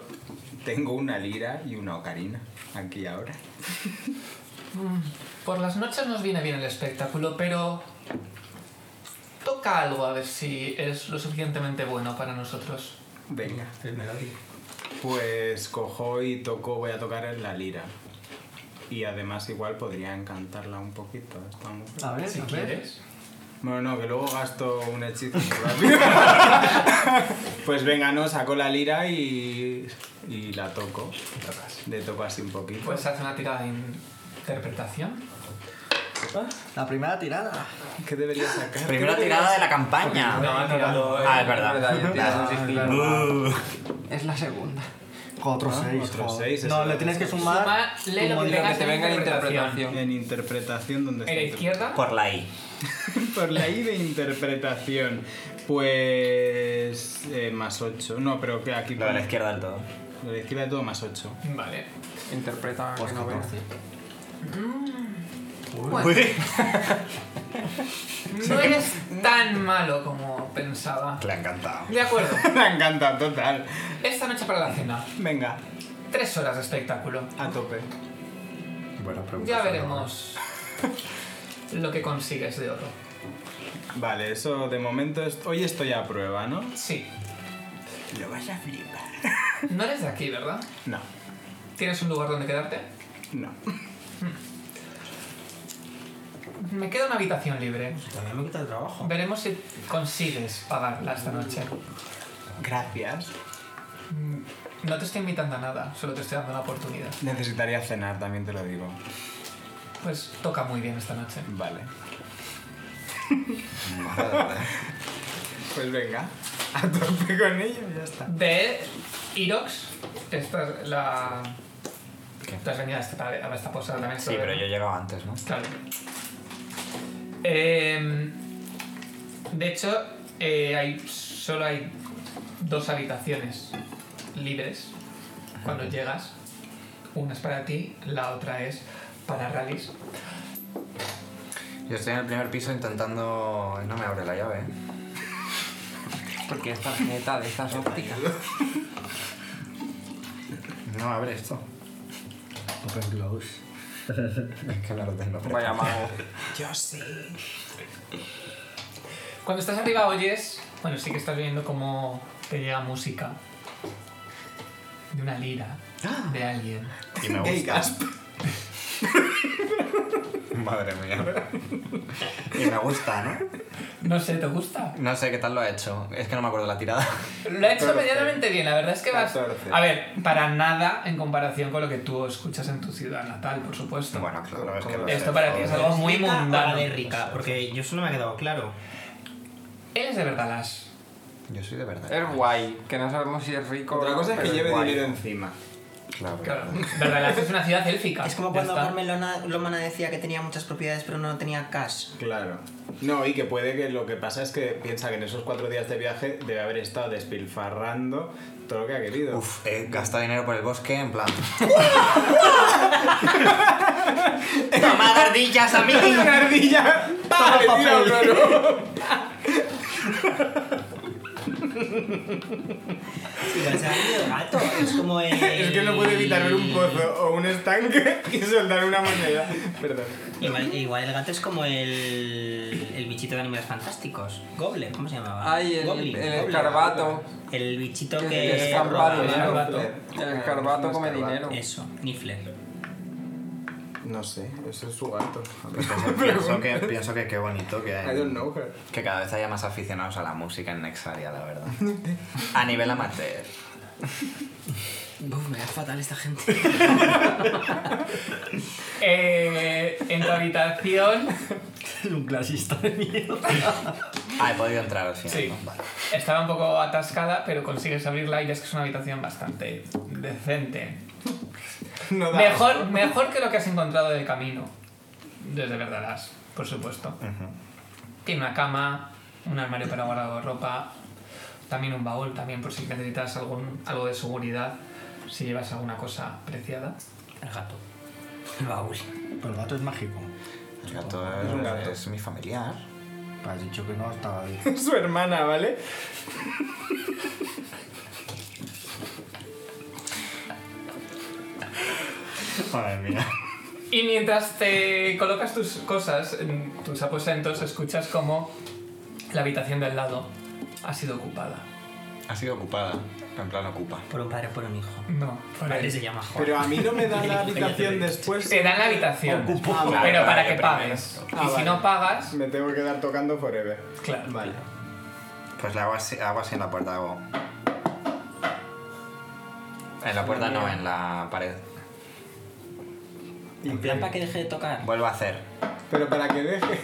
tengo una lira y una ocarina aquí ahora.
Por las noches nos viene bien el espectáculo, pero toca algo a ver si eres lo suficientemente bueno para nosotros.
Venga.
El melódico.
Pues cojo y toco, voy a tocar en la lira. y además igual podría encantarla un poquito ¿eh? a esta mujer.
A ver,
Si
Eh, a ver.
quieres.
Bueno, no, que luego gasto un hechizo muy rápido. pues venga, no, saco la lira y, y la toco. Le toco así un poquito.
Puedes hacer una tirada de interpretación.
Ah,
La primera tirada.
¿Qué debería sacar?
Primera tirada de la campaña.
No, ha tirado.
eh.
Ah, es verdad.
Tirado
Ah,
sigilo.
claro.
Uh.
Es la segunda.
Otro
Ah,
6.
otro seis, eso
No,
es
le
lo
tienes
que-
que sumar.
Suma, lee
tu
lo que
modi-
Lo
tengas
que te venga en
interpretación.
interpretación.
En interpretación, ¿dónde
En la
está?
izquierda,
Por la I.
Por la I de interpretación. Pues. eh, más 8. No, pero que aquí.
Lo de la izquierda del todo.
Lo de la izquierda de todo más 8.
vale.
Interpreta
Pues
que no ves.
Bueno, no eres tan malo como pensaba.
Le ha encantado.
De acuerdo.
Me encanta, total.
Esta noche para la cena.
Venga,
Tres horas de espectáculo.
a tope.
Buena pregunta.
Ya veremos lo que consigues de oro.
Vale, eso de momento. es- Hoy estoy a prueba, ¿no?
Sí.
Lo vas a flipar.
No eres de aquí, ¿verdad?
No,
¿Tienes un lugar donde quedarte?
no.
Me queda una habitación libre.
También me quita el trabajo.
Veremos si consigues pagarla esta noche.
Gracias.
No te estoy invitando a nada, solo te estoy dando una oportunidad.
Necesitaría cenar, también te lo digo.
Pues toca muy bien esta noche.
Vale. Pues venga, a tope con ello y ya está.
De Irox, esta es la. Tú has venido a esta, a esta posada también.
Sí, pero yo he llegado antes, ¿no?
Claro. Em, de hecho, eh, hay, solo hay dos habitaciones libres cuando llegas. Una es para ti, la otra es para Rallys.
Yo estoy en el primer piso intentando. No me abre la llave, ¿eh?
Porque es tarjeta de estas ópticas.
No abre esto.
Open close.
Es que no lo tengo.
Vaya mago.
Yo sí.
Cuando estás arriba oyes, bueno, sí que estás viendo cómo te llega música de una lira, de alguien.
Y me
Gay
gusta.
gasp.
Madre mía. Y me gusta, ¿no?
No sé, ¿te gusta?
No sé qué tal lo ha hecho. Es que no me acuerdo la tirada.
Lo ha hecho
14.
medianamente bien, la verdad es que vas...
14.
A ver, para nada en comparación con lo que tú escuchas en tu ciudad natal, por supuesto.
Bueno, claro, es que lo
Esto
sé,
para ti es
joder.
algo muy
Rica o la
mundano.
de rica, porque yo solo me ha quedado claro.
Él es de Bertalas.
Yo soy de verdad.
Es guay, que no sabemos si es rico.
Otra
o no,
cosa es que
pero
lleve
guay.
dinero encima.
Claro.
Claro. Bertalas es una ciudad élfica.
Es como
ya
cuando
está.
Carmelona Lomana decía que tenía muchas propiedades pero no tenía cash.
Claro. No, y que puede que lo que pasa es que piensa que en esos cuatro días de viaje debe haber estado despilfarrando todo lo que ha querido.
Uf, he gastado dinero por el bosque en plan.
¡Tomad ardillas a mí!
¡Una ardilla! ¡Pah!
Toma
Le tira
papel.
un oro.
gato. Es como el...
Es que no puede evitar ver un pozo o un estanque y soltar una moneda. Perdón.
Igual, igual el gato es como el, el bichito de animales fantásticos. Goblin, ¿cómo se llamaba?
Ay, el,
Goblin.
el escarbato.
El bichito
El
que...
escarbato,
roba-
dinero.
escarbato.
El escarbato come dinero.
Eso, Nifler.
No sé, eso es su gato.
Pienso, pienso que, pienso que qué bonito que
I don't know her.
Que cada vez haya más aficionados a la música en Nexaria, la verdad. A nivel amateur.
Buf, me da fatal esta gente.
Eh, en tu habitación
Es un clasista de miedo.
Ah, he podido entrar al final.
Sí.
¿no? Vale.
estaba un poco atascada, pero consigues abrirla y ves que es una habitación bastante decente.
No da
Mejor, mejor que lo que has encontrado de camino. Desde Verdalas, por supuesto. Tiene una cama, un armario para guardar ropa, también un baúl, también por si necesitas algún, algo de seguridad, si llevas alguna cosa preciada.
El gato. El baúl.
Pero el gato es mágico.
El gato
Es un
es,
gato.
es mi familiar.
Pues Has dicho que no estaba ahí.
su hermana, ¿vale?
Madre mía.
Y mientras te colocas tus cosas en tus aposentos, escuchas como la habitación del lado ha sido ocupada.
ha sido ocupada. En plan, ocupa.
Por un padre o por un hijo.
No, por
Padre
ahí.
se llama Juan.
Pero a mí no me dan la habitación después.
Te dan la habitación,
Ah, vale,
pero para
vale,
que
primero.
pagues.
Ah,
y si
vale.
no pagas,
Me tengo que quedar tocando forever.
Claro.
Vale.
Pues le hago así, hago así en la puerta, hago. En la puerta no, en la pared.
¿Y
En
qué?
plan, para que deje de tocar.
Vuelvo a hacer.
Pero para que deje.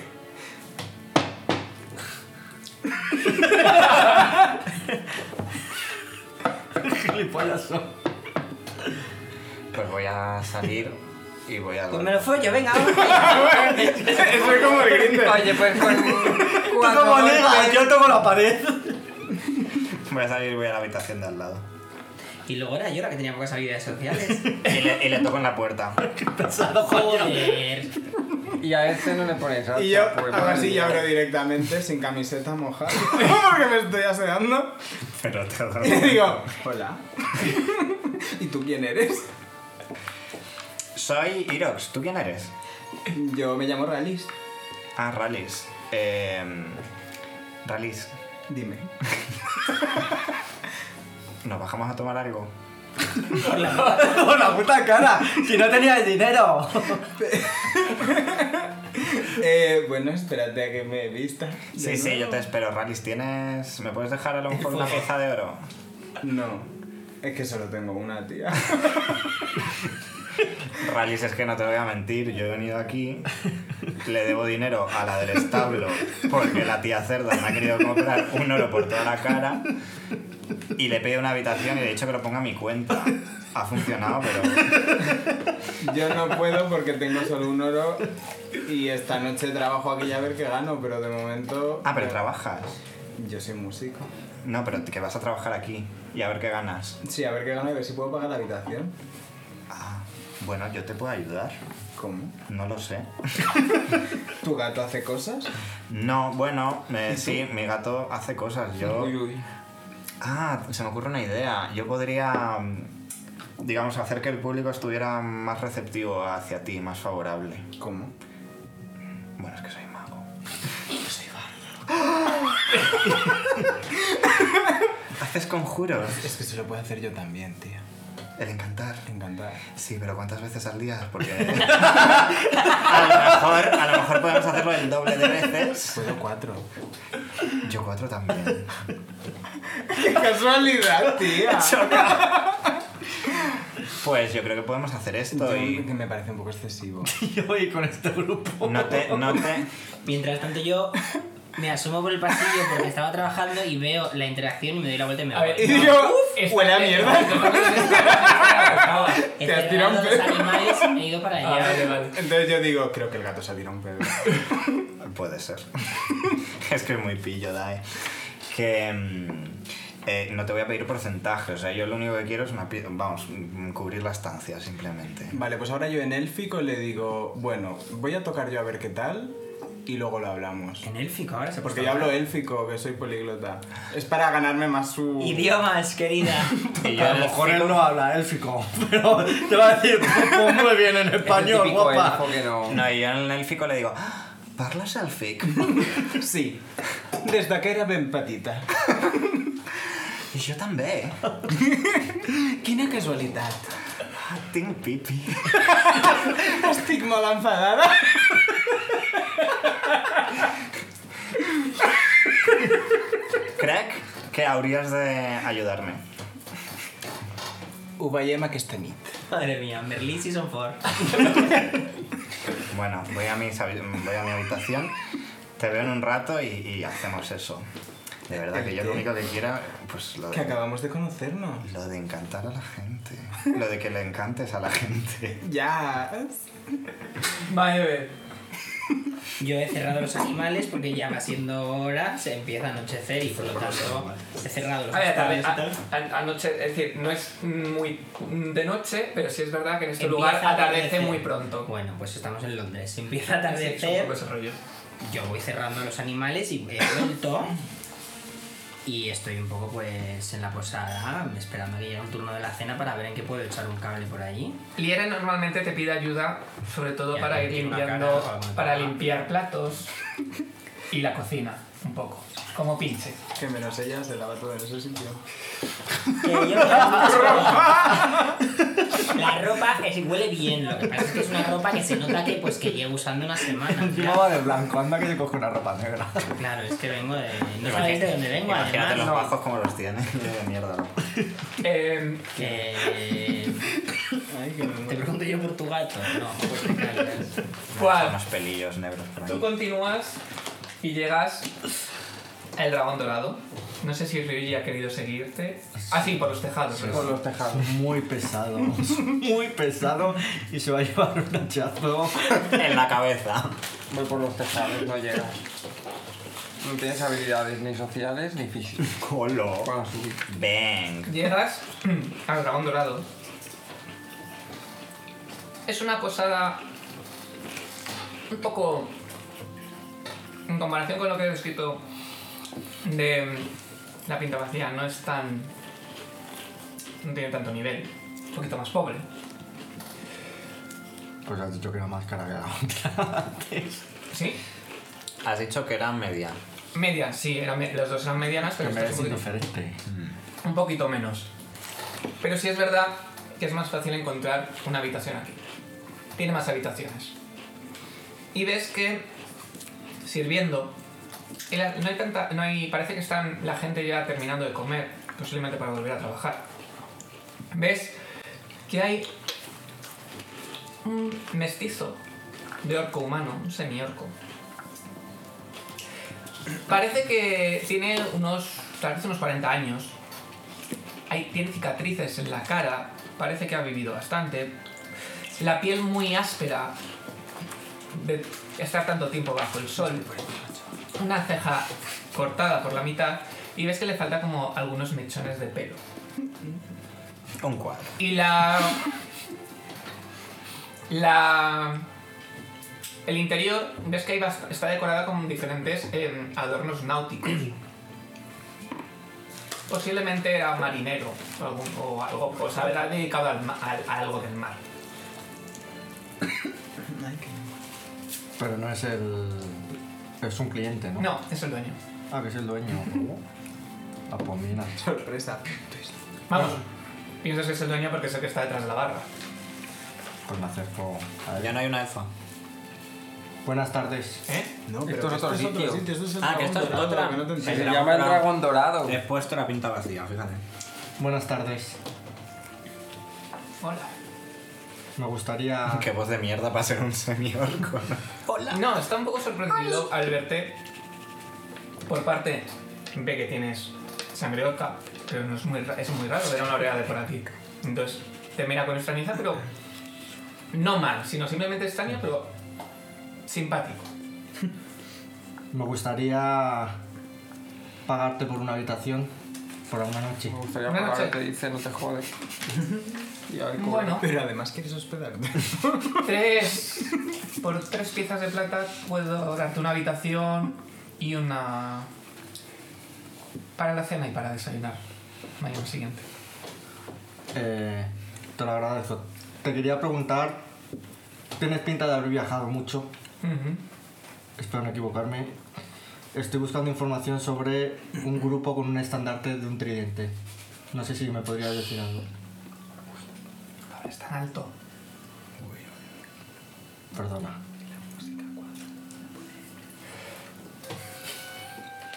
Pues voy a salir y voy a.
Pues me lo follo, venga, vamos.
Eso es como el Grindr.
Oye, pues con
Tú
cuatro
como ligas,
golpes-
yo toco la pared.
Voy a salir y voy a la habitación de al lado.
y luego era yo la que tenía pocas habilidades sociales.
Y le, y le toco en la puerta.
Joder.
Y a este no le pones
Y yo
hacha, pues,
hago así y
madre
abro directamente sin camiseta mojada. Porque me estoy aseando.
Pero te
Y
doy.
digo, hola. ¿Y tú quién eres?
Soy Irox, ¿tú quién eres?
Yo me llamo Ralis.
Ah, Rallis. Eh, Rallis,
Dime.
¿nos bajamos a tomar algo?
Con la puta cara. Si no tenía el dinero.
Eh, bueno, espérate a que me vistas. de
Sí, sí, yo
nuevo. Pues,
te espero. Rallis, ¿tienes. ¿Me puedes dejar a lo mejor una pieza de oro?
No. Es que solo tengo una tía.
Rallis, es que no te voy a mentir, yo he venido aquí, le debo dinero a la del establo porque la tía cerda me ha querido comprar un oro por toda la cara y le he pedido una habitación y le he dicho que lo ponga a mi cuenta. Ha funcionado, pero
Yo no puedo porque tengo solo un oro y esta noche trabajo aquí a ver qué gano, pero de momento...
Ah, pero trabajas.
Yo soy músico.
No, pero que vas a trabajar aquí y a ver qué ganas.
Sí, a ver qué gano y a ver si puedo pagar la habitación.
Ah, bueno, yo te puedo ayudar.
¿Cómo?
No lo sé.
¿Tu gato hace cosas?
No, bueno, eh, sí, mi gato hace cosas. Yo
Uy, uy.
Ah, se me ocurre una idea. Yo podría, mm, digamos, hacer que el público estuviera más receptivo hacia ti, más favorable.
¿Cómo?
Bueno, es que soy mago. Yo soy bárbaro. Haces conjuros.
Es que se lo puedo hacer yo también, tío.
El encantar.
Encantar.
Sí, pero ¿cuántas veces al día? Porque a, lo mejor, a lo mejor podemos hacerlo el doble de veces.
Puedo cuatro.
Yo cuatro también.
¡Qué casualidad, tía!
Pues yo creo que podemos hacer esto
Estoy... Que
y
me parece un poco excesivo.
Yo voy con este grupo.
no te, no te,
Mientras tanto yo me asomo por el pasillo porque estaba trabajando y veo la interacción y me doy la vuelta y me
A
voy.
ver,
Y
no,
digo,
esta-
huele a mierda.
He
te has tirado un
cerrado
pedo.
Este los animales y me he ido para
Ah, vale,
allá.
vale.
Entonces yo digo, creo que el gato se ha tirado un pedo.
Puede ser. es que es muy pillo, Dai. Que. mm, eh, no te voy a pedir porcentaje, o sea, yo lo único que quiero es una pi- vamos, mm, cubrir la estancia simplemente.
Vale, pues ahora yo en élfico le digo, bueno, voy a tocar yo a ver qué tal y luego lo hablamos.
En élfico ahora se ha
Porque
puesto
yo hablo
mal.
élfico, que soy políglota. Es para ganarme más su...
Idiomas, querida.
Y yo
A lo mejor él no habla élfico, pero te va a decir "Pues, muy bien en
Es el
español,
típico
guapa.
elfo que no...
No, y yo en el élfico le digo, "Ah, ¿parlas élfic?
Sí. Desde que era ben petita.
I jo també.
Quina casualitat.
Ah, tinc pipi.
Estic molt enfadada.
Crec que hauries d'ajudar-me.
Ho veiem aquesta nit.
Madre mía, Merlí Season 4.
Bueno, voy a, mi, sabi- voy a mi habitación, te veo en un rato y, y hacemos eso. De verdad que yo lo único que quiera, pues lo
Que
de-
acabamos de conocernos.
Lo de encantar a la gente. Lo de que le encantes a la gente.
Ja.
Vale,
Yo he cerrado los animales porque ya va siendo hora, se empieza a anochecer y por lo tanto he cerrado los
a ver, a
animales
ver,
y tal.
a- a- anoche, es decir, no es muy de noche, pero sí es verdad que en este
Empieza
lugar
a
atardece
atardecer.
muy pronto.
Bueno, pues estamos en Londres. Empieza a
Sí, es un
atardecer.
poco ese rollo.
Yo voy cerrando los animales y he vuelto. Y estoy un poco pues en la posada, esperando a que llegue un turno de la cena para ver en qué puedo echar un cable por allí.
Liere normalmente te pide ayuda, sobre todo
Ya,
para ir
tiene una
limpiando,
cara,
para
una-
limpiar platos y la cocina. un poco, como pinche.
Que menos ella se lava todo en ese sitio.
Que yo lo que La ropa es- huele bien, lo que pasa es que es una ropa que se nota que pues que llevo usando una semana.
Encima va de blanco, anda que yo cojo una ropa negra.
Claro, es que vengo de. No sabéis de dónde vengo,
Imagínate
además.
los bajos como los tiene. De mierda. ¿no?
Eh,
Que. Te pregunto yo por tu gato. No, pues te callas.
¿Cuál?
Unos pelillos negros por
Tú
ahí.
continúas y llegas al dragón dorado. No sé si Ryuji ha querido seguirte. Ah, sí, por los tejados.
Por
perdón.
los tejados. Muy pesado, muy pesado y se va a llevar un hachazo.
En la cabeza.
Voy por los tejados, no llegas. No tienes habilidades ni sociales ni físicas
Colo.
para subir.
Bang.
Llegas al dragón dorado. Es una posada un poco, en comparación con lo que he descrito de la pinta vacía, no es tan, no tiene tanto nivel, un poquito más pobre.
Pues has dicho que era más cara que la otra.
Sí,
Has dicho que era media.
media, sí, era me- las dos eran medianas, pero
Que me
esta es
es
un poquito-
indiferente.
un poquito menos. Pero sí es verdad que es más fácil encontrar una habitación aquí. Tiene más habitaciones. Y ves que sirviendo, y la- no hay tanta, no hay, parece que están la gente ya terminando de comer, posiblemente para volver a trabajar. Ves que hay un mestizo de orco humano, un semi-orco. Parece que tiene unos, tal vez unos 40 años, hay, tiene cicatrices en la cara, parece que ha vivido bastante. La piel muy áspera de estar tanto tiempo bajo el sol. Una ceja cortada por la mitad y ves que le falta como algunos mechones de pelo.
Un cuadro.
Y la... La... El interior, ves que hay bast- está decorada con diferentes em, adornos náuticos. Posiblemente era marinero o, algún- o algo, o se habrá dedicado al ma- al- a algo del mar.
Pero no es el. Es un cliente, ¿no?
No, es el dueño.
Ah, que es el dueño. Ah, pues La pomina.
Sorpresa.
Vamos, piensas que es el dueño porque es el que está detrás de la barra.
Pues me acerco a él.
Ya no hay una EFA.
Buenas tardes.
¿Eh?
No,
Esto es otro sitio.
Esto es el
Ah, que esto es
dragón dorado,
otra.
que no te
Sí,
Se
enteras.
llama el dragón dorado.
He puesto la pinta vacía, fíjate.
Buenas tardes.
Hola.
Me gustaría.
Qué voz de mierda para ser un semiorco.
No, está un poco sorprendido al verte. Por parte, ve que tienes sangre orca, pero no es muy, ra- es muy raro ver a una oreja de por aquí. Entonces, te mira con extrañeza, pero no mal, sino simplemente extraño, pero simpático.
Me gustaría. pagarte por una habitación. Por una noche.
Me gustaría
Una
probar
noche.
el que dice, no te jodes. Y a ver cómo-
Bueno,
Pero además quieres hospedarte.
tres. Por tres piezas de plata puedo darte una habitación y una. para la cena y para desayunar mañana siguiente.
Eh, te lo agradezco. Te quería preguntar. Tienes pinta de haber viajado mucho.
Ujú.
Espero no equivocarme. Estoy buscando información sobre un grupo con un estandarte de un tridente. No sé si me podrías decir algo.
Ahora es tan alto.
Perdona.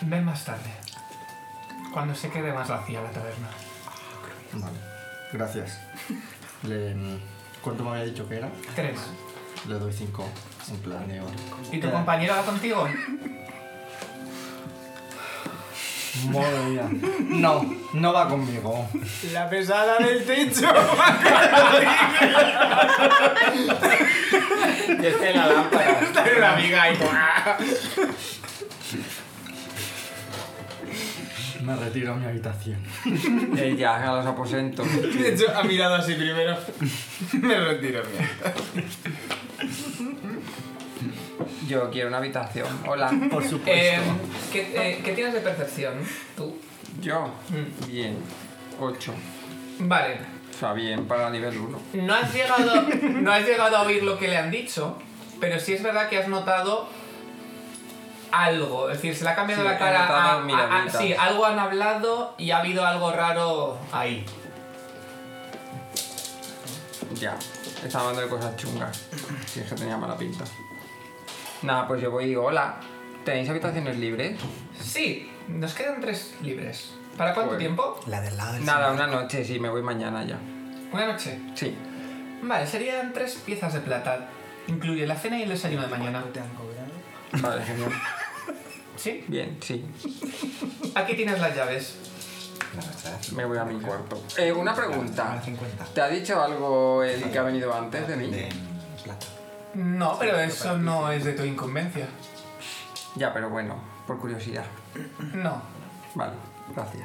Ven más tarde. Cuando se quede más vacía la taberna.
Vale. Gracias. Le- ¿Cuánto me había dicho que era?
Tres.
Le doy cinco. En plan, digo,
¿Y tu
"Queda".
compañero va contigo?
Pues
Madre mía. No, no va conmigo.
La pesada del techo.
Y es que la lámpara.
una amiga ahí.
Me retiro a mi habitación.
Ella, a los aposentos.
De hecho, ha mirado así primero. Me retiro, mira.
Yo quiero una habitación. Hola.
Por supuesto.
Eh, ¿qué, eh, qué tienes de percepción tú?
Yo. Bien. 8.
Vale.
O sea, bien para nivel 1.
No has, llegado, no has llegado a oír lo que le han dicho, pero sí es verdad que has notado algo. Es decir, se le ha cambiado
Sí,
la cara
han notado
a- a- a-
miraditas.
Sí, algo han hablado y ha habido algo raro ahí.
Ya, estaba hablando de cosas chungas. Si es que tenía mala pinta. Nada, pues yo voy y digo, hola, ¿tenéis habitaciones libres?
Sí, nos quedan tres libres. ¿Para cuánto
Joder.
tiempo?
La del lado del
Nada, una noche, sí, me voy mañana ya.
Una noche.
Sí.
Vale, serían tres piezas de plata. Incluye la cena y el desayuno de mañana.
¿Te han cobrado?
Vale, genial.
¿Sí?
Bien, sí.
Aquí tienes las llaves.
No, está.
Me voy a mi cuarto. Eh, una pregunta.
Dame 50.
¿Te ha dicho algo el que ha venido antes de mí?
Plata.
No, pero eso no es de tu incumbencia.
Ya, pero bueno, por curiosidad.
No.
Vale, gracias.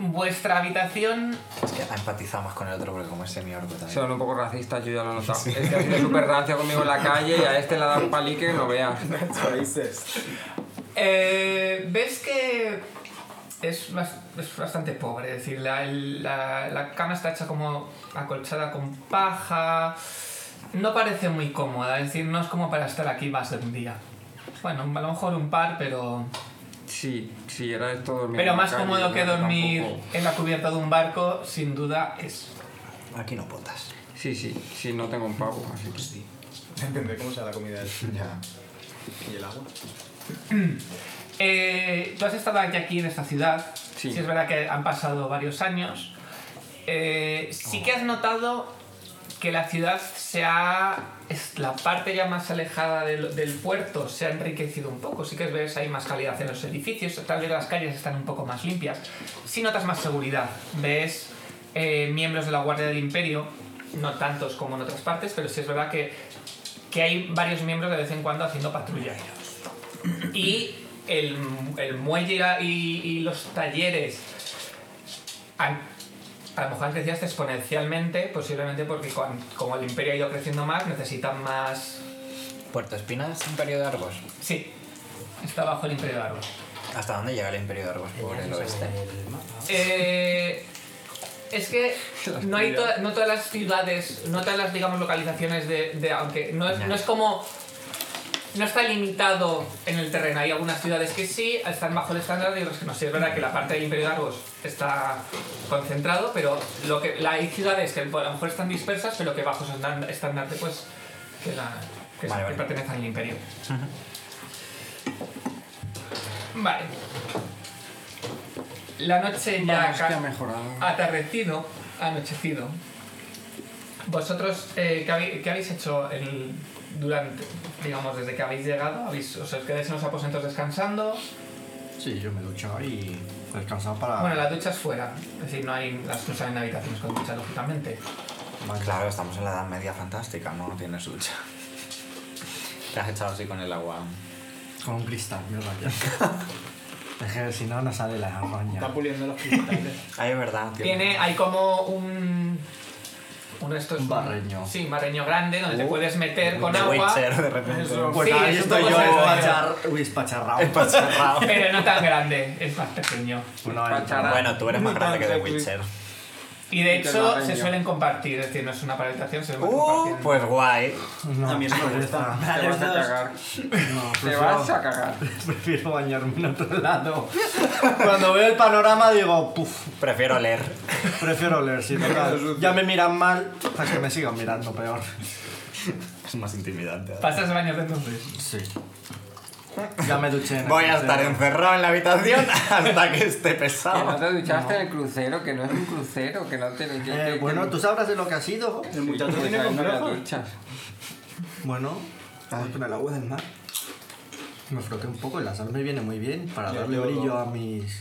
Vuestra habitación
Es que ha empatizado más con el otro porque como es semi-orco también.
Son un poco racistas, yo ya lo he notado. Es que ha sido súper rancia conmigo en la calle y a este le ha dado un palique que no veas.
Choices.
Eh, ves que es, bas- es bastante pobre, es decir, la, la- la cama está hecha como acolchada con paja, no parece muy cómoda, es decir, no es como para estar aquí más de un día. Bueno, a lo mejor un par, pero,
Sí, sí, era esto dormir.
pero
en la
más
calle,
cómodo que
no,
dormir
tampoco.
en la cubierta de un barco, sin duda es.
Aquí no potas.
Sí, sí, sí, no tengo un pavo, así que sí.
Depende cómo sea la comida
Ya.
y el agua.
Eh, tú has estado ya aquí en esta ciudad.
Sí.
es verdad que han pasado varios años. Eh, sí que has notado que la ciudad se ha. es la parte ya más alejada del, del puerto se ha enriquecido un poco. Sí que ves hay más calidad en los edificios. Tal vez las calles están un poco más limpias. Sí notas más seguridad. Ves eh, miembros de la Guardia del Imperio. No tantos como en otras partes, pero sí es verdad que, que hay varios miembros de vez en cuando haciendo patrulla. Y el, el muelle y la- y, y los talleres han- a lo mejor han crecido hasta exponencialmente, posiblemente porque cuan- como el imperio ha ido creciendo más, necesitan más...
Puerto Espinas, Imperio de Argos.
Sí, está bajo el imperio de Argos.
¿Hasta dónde llega el Imperio de Argos por el oeste?
Eh, es que no hay toda- no todas las ciudades, no todas las digamos localizaciones de, de- aunque no es, no es como no está limitado en el terreno. Hay algunas ciudades que sí están bajo el estándar y otras que no. Sí es verdad que la parte del Imperio de Argos está concentrado, pero lo que la, hay ciudades que bueno, a lo mejor están dispersas, pero que bajo su estan- estandarte pues que, la, que,
Vale, vale.
que pertenecen al Imperio. Vale. La noche ya
Vamos, que
ca-
ha mejorado.
Atardecido, anochecido. Vosotros, eh, ¿qué, habéis, qué habéis hecho el- durante, digamos, desde que habéis llegado? ¿Habéis, ¿Os quedáis en los aposentos descansando?
Sí, yo me he duchado y he descansado
Ah.
para...
Bueno, las duchas fuera. Es decir, no hay las no salen en habitaciones con ducha, lógicamente.
Claro, estamos en la Edad Media Fantástica, no tienes ducha. Te has echado así con el agua.
Con un cristal, mierda ya. es que si no, no sale la
Está
roña.
puliendo los cristales.
Ay, es verdad. tío.
Tiene, hay como un... Un resto
Un barreño.
Sí, un barreño grande donde te puedes meter con
The
agua,
Witcher, Uh, de repente.
Pues
Sí, es
ahí
un
estoy
poco
yo,
salvaje.
despachar- despacharrao.
Empachurrado.
pero no tan grande, es más pequeño.
Bueno, ahí-
Pacharrao.
Bueno, tú eres más
Ni
grande que
tan
The
sexy.
Witcher.
Y de
Y te
hecho se
barreño.
suelen compartir, es decir, no es una para habitación, se suelen
Uh,
compartir.
pues guay.
No,
A mí eso me
pues
gusta.
está.
Ah,
Te vas a cagar.
No,
Te
prefiero-
vas a cagar.
Prefiero bañarme en otro lado. Cuando veo el panorama digo, puff,
Prefiero leer.
prefiero leer, sí, total. Ya me miran mal, hasta que me sigan mirando peor.
Es más intimidante.
Pasas baños de entonces.
Sí. Ya me duché. en el
Voy a estar
crucero.
encerrado en la habitación hasta que esté
Que no
pesado.
te duchaste en el crucero, que no es un crucero, que no te que-
Eh,
que-
bueno,
que-
tú sabrás de lo que ha sido.
El muchacho
pues
tiene
ahí no te
complejo.
duchas.
Bueno, vamos con el agua del mar. Me froqué un poco, el azar me viene muy bien para
Ya,
darle
yo-
brillo a mis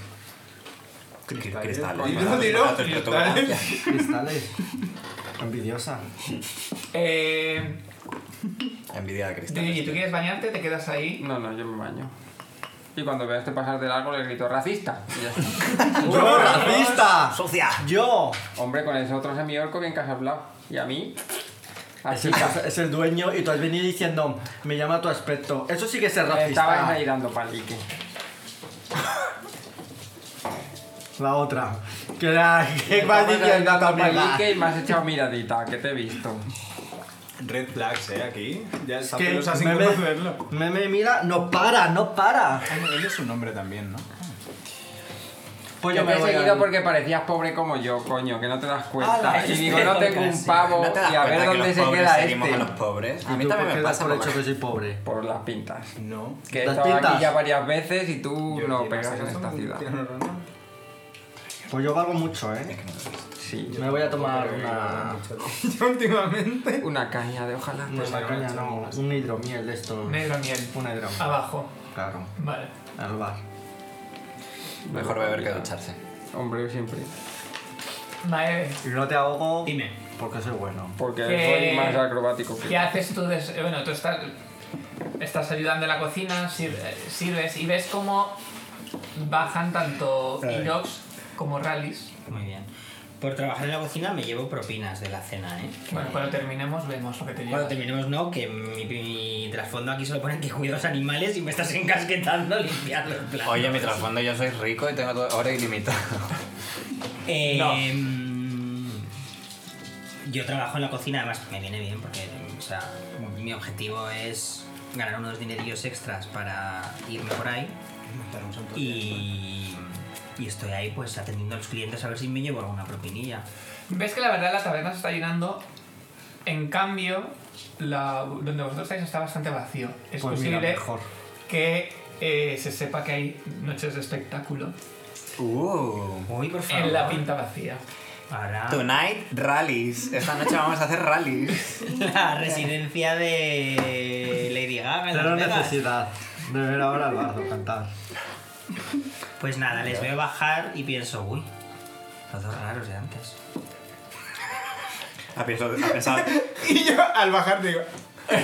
Cristales.
Dilo, dilo, cristales.
cristales. Envidiosa.
Eh,
Envidia de
Yuji, ¿tú
cristales.
quieres bañarte? ¿Te quedas ahí?
No, no, yo me baño. Y cuando veas te pasar del árbol le grito racista. Y ya está.
¡Yo,
Ah.
racista!
¡Sucia!
¡Yo!
Hombre, con ese otro semiorco bien que has hablado. Y a mí.
Es
Así
el, es el dueño y tú has venido diciendo, me llama tu aspecto. Eso sí que es ser
Estabais
racista.
ahí dando palique.
La otra. Que, la, que vas
Estabais ahí
diciendo
dando
también.
palique y me has echado miradita, que te he visto.
Red flags, ¿eh? Aquí. Ya está
Que
pelos así
meme-
conocerlo.
Meme, mira, no para, no para.
Ah, no, Él es un hombre también, ¿no?
Pues
Yo
yo
te
me
he
voy
seguido
al-
porque parecías pobre como yo, coño, que no te das cuenta.
Ala,
y
es
digo,
que
no
no
tengo
te
un
das-
pavo
¿No te das
y a ver
cuenta que
dónde
los
se
pobres
queda
seguimos
este.
a los pobres?
¿Y
Ah,
A mí
tú
también
por qué
me
das
pasa
por hecho
mamá.
que soy pobre?
Por las pintas.
No.
Que he
Las
estado aquí
pintas.
ya varias veces y tú
Yo
no
encima,
pegas
si
en
no
esta
somos
ciudad.
Cristiano Ronaldo.
Pues yo valgo mucho, ¿eh?
Sí, yo
Me voy a tomar
tampoco
una...
Yo últimamente.
Una caña de ojalá.
No, una caña, no, un hidromiel de esto.
Negro miel.
Un hidromiel,
Ah.
Abajo.
claro.
Vale.
Al bar.
Mejor beber que ducharse.
Hombre, yo siempre.
Mae,
Y no te ahogo
Dime.
porque soy bueno.
Porque
¿Qué-
soy más acrobático que
¿Qué haces tú? des- eh, Bueno, tú estás, estás ayudando en la cocina, sir- eh, sirves y ves cómo bajan tanto Irox como Rallies.
Muy bien. Por trabajar en la cocina me llevo propinas de la cena, ¿eh?
Bueno, cuando terminemos vemos lo que te
Cuando
llevas.
terminemos, no, que mi, mi trasfondo aquí solo ponen que cuido a los animales y me estás encasquetando a limpiar los platos.
Oye, mi trasfondo yo soy rico y tengo todo ahora ilimitado.
Eh,
No.
mm, Yo trabajo en la cocina, además me viene bien porque o sea, mi objetivo es ganar unos dinerillos extras para irme por ahí y, y estoy ahí pues atendiendo a los clientes a ver si me llevo alguna propinilla.
Ves que la verdad la taberna se está llenando. En cambio, la, donde vosotros estáis está bastante vacío. Es
Pues mira,
posible
mejor.
que eh, se sepa que hay noches de espectáculo
Uh.
Uy, por favor.
en la pinta vacía.
Ahora,
Tonight rallies. Esta noche vamos a hacer rallies.
la residencia de Lady Gaga. en
Pero
Las Vegas.
necesidad de ver ahora al bardo cantar.
Pues nada, les veo bajar y pienso, uy, los dos raros de antes.
A pensar, a pensar,
Y yo al bajar digo.
Eh,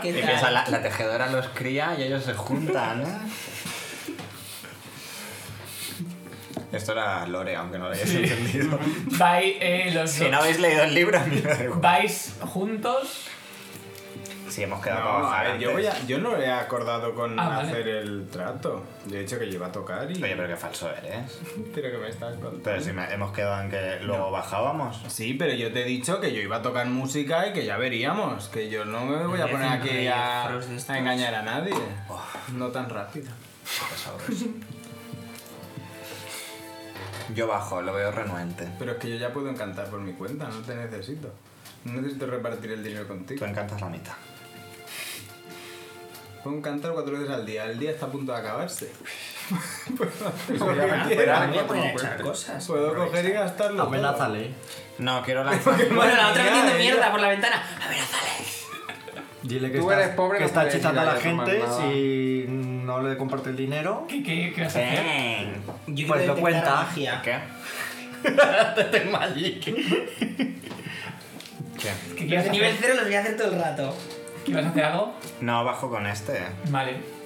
¿qué
y
tal?
piensa, la, la tejedora los cría y ellos se juntan. ¿eh? Esto era Lore, aunque no lo hayáis entendido.
Vais, eh, los
Si
dos-
no habéis leído el libro, a mí me da igual.
vais juntos.
Si hemos quedado para
No, a
bajar.
ver, yo,
antes.
voy a- yo no he acordado con
Ah, vale.
hacer el trato. Yo he dicho que yo iba a tocar y.
Oye, pero qué falso eres.
Pero que me estás contando.
Pero si me- hemos quedado en que luego bajábamos.
Sí, pero yo te he dicho que yo iba a tocar música y que ya veríamos. Que yo no me voy a poner aquí a, a engañar a nadie. No tan rápido.
Qué sabroso. Yo bajo, lo veo renuente.
Pero es que yo ya puedo encantar por mi cuenta, no te necesito. No necesito repartir el dinero
Tú
contigo.
encantas la mitad.
Puedo encantar cuatro veces al día. El día está a punto de acabarse. puedo hacer lo
Cuidado,
que
cuidado.
quiera.
También pueden echar cosas.
Puedo coger y gastarlo. todo.
Amenázale.
No, quiero lanzar.
Bueno, la otra
Mira,
metiendo
mira.
mierda por la ventana. A ver,
Dile que
Tú
estás,
eres pobre,
que
no
estás
puedes
chitando a
ir
la
ahí a tomar
gente
nada.
si no le comparte el dinero.
¿Qué, qué, qué vas a hacer?
Ven.
yo
Pues
quiero
lo
detectar
cuenta.
magia.
¿Qué?
¿Qué
Los
quieres
de
hacer?
nivel cero los voy a hacer todo el rato.
¿Que vas a hacer algo?
No, bajo con este. eh.
Vale.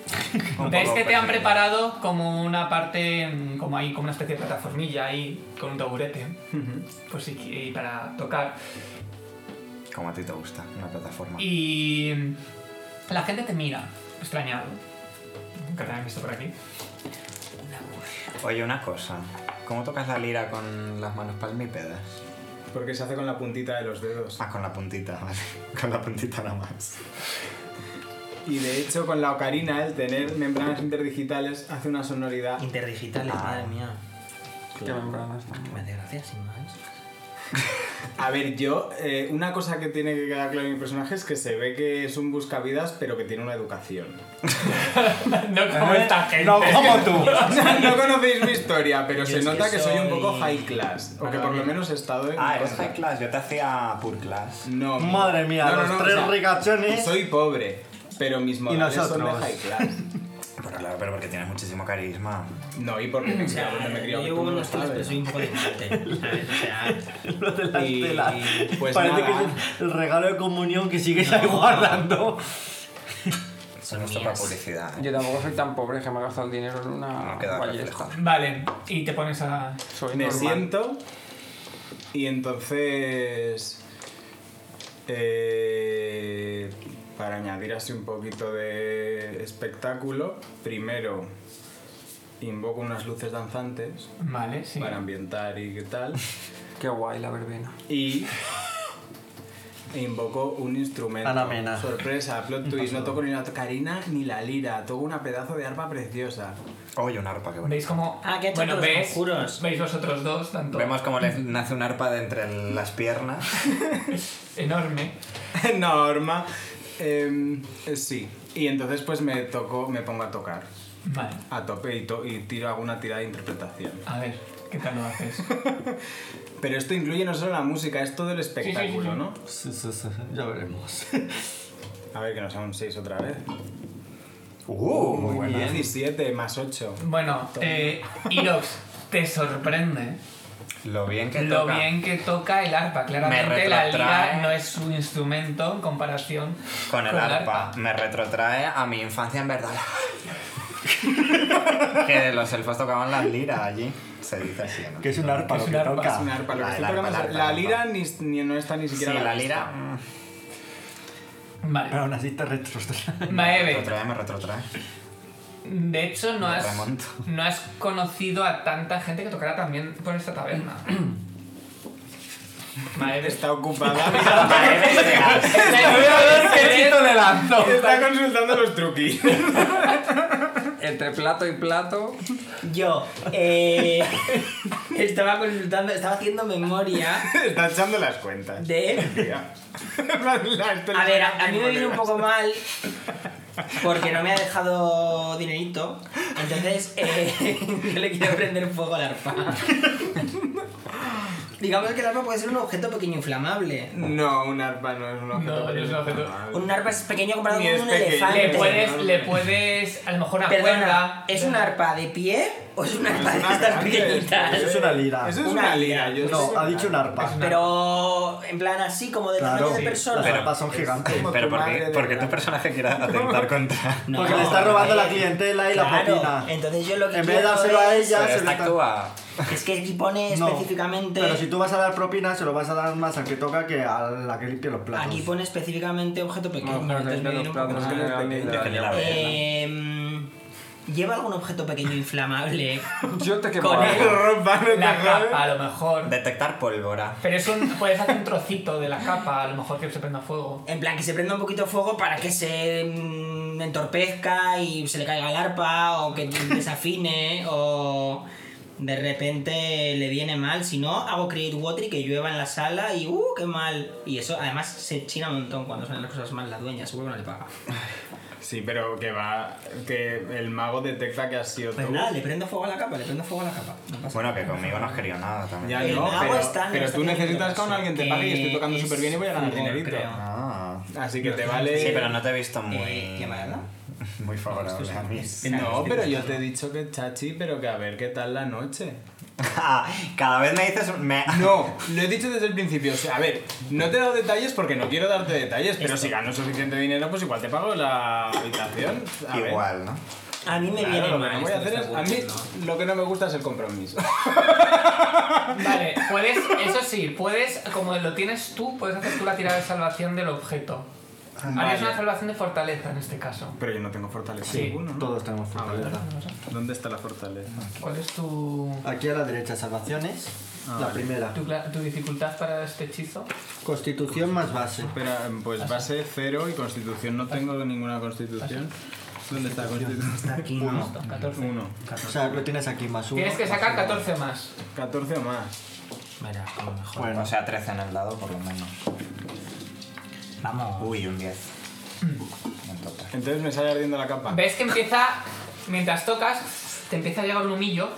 Un
Ves
poco
que te han
perdido.
preparado como una parte, mm, como ahí, como una especie de plataformilla ahí, con un taburete, pues sí, y para tocar.
Como a ti te gusta, una plataforma.
Y mm, la gente te mira, extrañado. Nunca te han visto por aquí.
Oye, una cosa. ¿Cómo tocas la lira con las manos palmípedas?
Porque se hace con la puntita de los dedos.
Ah, con la puntita, vale. Con la puntita nada más.
Y de hecho, con la ocarina, el tener membranas interdigitales hace una sonoridad.
Interdigitales, madre mía.
Qué membranas tan
Me hace gracia, sin más.
A ver, yo, eh, una cosa que tiene que quedar claro en mi personaje es que se ve que es un buscavidas, pero que tiene una educación.
no como
Eh,
esta gente.
Eh, como tú.
Pues no conocéis mi historia, pero
Yo
se
es que
nota que soy un
soy-
poco high class. O que por lo menos he estado en.
Ah,
cosas.
eres high class. Yo te hacía poor class.
No.
Madre mía,
no, no,
los
no,
tres
o sea,
ricachones.
Soy pobre, pero mis modales son de
nosotros.
high class.
Pero claro, pero porque tienes muchísimo carisma.
No, y porque me, criaba donde me criaba,
yo
tú
llevo
no lo
unos telas,
sabes.
pero soy un poco de mate, ¿sabes? O sea,
Lo de las
Y,
telas.
pues
Parece
nada.
que es el regalo de comunión que sigues ahí guardando.
son
Esto para
mías.
publicidad. ¿eh?
Yo tampoco soy tan pobre que me he gastado el dinero en una
No queda
ballesta.
reflejado.
Vale, y te pones a...
Soy
Me
normal.
siento y entonces... eh, para añadir así un poquito de espectáculo, primero invoco unas luces danzantes
Vale, sí.
para ambientar y qué tal.
Qué guay la verbena.
Y e invocó un instrumento.
A la mena.
Sorpresa, plot twist. No toco ni la carina ni la lira. Toco una pedazo de arpa preciosa.
Oye, un arpa, qué bonito.
¿Veis cómo?
Ah, que ha hecho
bueno,
todos los
ves,
conjuros.
veis vosotros dos, tanto
Vemos cómo le nace un arpa de entre las piernas.
enorme.
Norma. Em, eh, sí. Y entonces pues me toco, me pongo a tocar.
Vale,
A tope y, to- y tiro alguna tirada de interpretación.
a ver, ¿qué tal lo haces?
Pero esto incluye no solo la música, es todo el
sí.
espectáculo, ¿no?
Sí, sí, sí, ya veremos.
A ver, que nos sea un 6 otra vez.
¡Uh! Muy
Muy
buena.
17 más 8.
Bueno, eh, Irox, te sorprende
Lo bien que
lo
toca.
bien que toca el arpa. Claramente la lira
retrotrae.
no es su instrumento en comparación
Con el arpa. Me retrotrae a mi infancia en verdad. que los elfos tocaban las liras allí. Se dice así, ¿no?
Que es un arpa
Es
lo
un
que
arpa,
toca.
Es una arpa, lo
La-
que estoy
la arpa,
tocando
la
es-
arpa,
la
la
lira ni, ni- no está ni
Sí,
siquiera
la
vista.
lira. mm,
Pero
Vale.
aún así te retrostrae.
Maeve,
Retrotrae, me retrotrae.
de hecho no
Me
has,
remonto.
no has conocido a tanta gente que tocara también por esta taberna. Maeve,
Está ocupada.
le lanzo!
está consultando los truquis.
Entre plato y plato.
Yo eh, estaba consultando, estaba haciendo memoria
está echando las cuentas.
de
Tía. La- la- esto
A
le
ver,
saca
a, a mí me viene un
monedas.
poco mal porque no me ha dejado dinerito. Entonces, eh, yo le quiero prender fuego al arpa. Digamos que el arpa puede ser un objeto pequeño inflamable.
No, un arpa no es un objeto.
No, no es un objeto.
personal.
Un arpa es pequeño comparado
Ni
con
es
un
pequeño.
elefante.
le puedes, le puedes, a lo mejor una
Perdona,
cuerda.
¿es un arpa de pie o es un arpa de
una
estas
grande.
pequeñitas?
Eso es una lira.
Eso es
Una
una lira. Yo
No, ha dicho un arpa.
Pero en plan así, como de
Claro,
tamaño de persona.
las arpas son gigantes.
Pero
tu
¿por
madre
qué,
de
por qué
verdad.
tu personaje quiere atentar contra...?
No,
Porque le está robando
hombre.
la clientela y la
Claro,
propina.
Entonces yo lo que
En vez de
quiero
dárselo a
es-
ella,
Pero
se lo
esta
está-
actúa.
Es que aquí pone
No,
específicamente.
Pero si tú vas a dar propina, se lo vas a dar más al que toca que a la que limpia los platos.
Aquí pone específicamente objeto pequeño.
No, no, no,
entonces me viene
los
un poco
platos.
mal.
no, no,
pequeño.
no, no, no.
Em, ¿Lleva algún objeto pequeño inflamable?
Yo te
Con
quemo
el-
algo.
Ropa, no te
La
jodas.
capa, a lo mejor.
Detectar pólvora.
Pero es un, puedes hacer un trocito de la capa, a lo mejor que se prenda fuego.
En plan, que se prenda un poquito fuego para que se mm, entorpezca y se le caiga el arpa o que desafine o de repente le viene mal. Si no, hago create water y que llueva en la sala y ¡uh, qué mal! Y eso además se china un montón cuando salen las cosas mal la dueña, seguro que no le paga.
Sí, pero que va. Que el mago detecta que has sido
Pues
tú.
nada, le prendo fuego a la capa, le prendo fuego a la capa. No pasa
Bueno, que conmigo no has querido nada también.
Ya
El
no,
mago
pero,
está en
pero
esta
tú
tienda
necesitas
de
que aún alguien te pague y estoy tocando
que
súper bien y voy a ganar
es
dinerito.
fútbol, creo.
Ah.
Así que te vale.
Sí, pero no te he visto muy...
Eh, qué mala.
Muy favorable a mí.
No, pero yo te he dicho que chachi, pero que a ver qué tal la noche.
Ah, Cada vez me dices... Me...
No, lo he dicho desde el principio. O sea, a ver, no te he dado detalles porque no quiero darte detalles, pero
Esto.
si gano suficiente dinero, pues igual te pago la habitación. A ver.
Igual, ¿no?
A mí me
Claro,
viene
lo que
mal. este
no voy a
esto
hacer es. A
está
mí
bueno, ¿no?
lo que no me gusta es el compromiso.
Vale, puedes, eso sí, puedes, como lo tienes tú, puedes hacer tú la tirada de salvación del objeto. Harías una salvación de fortaleza en este caso.
Pero yo no tengo fortaleza
Sí,
ninguno, ¿no? Ah.
Todos tenemos fortaleza.
¿Dónde está la fortaleza?
¿Cuál es tu,
Aquí a la derecha, salvaciones.
Ah,
la
vale.
primera.
tu, cla- tu dificultad para este hechizo?
Constitución más base.
Espera, pues base cero y constitución. No tengo ninguna constitución. ¿Dónde está constitución?
Está aquí, ¿no?
14.
Uno.
O sea, lo tienes aquí, más uno.
Tienes que
más
sacar
uno.
14 más.
14 o más.
Mira, a lo mejor.
Bueno,
O sea, 13 en el lado por lo menos.
Vamos.
Uy, un 10. Mm. En total.
Entonces me sale ardiendo la capa.
¿Ves que empieza, mientras tocas, te empieza a llegar un humillo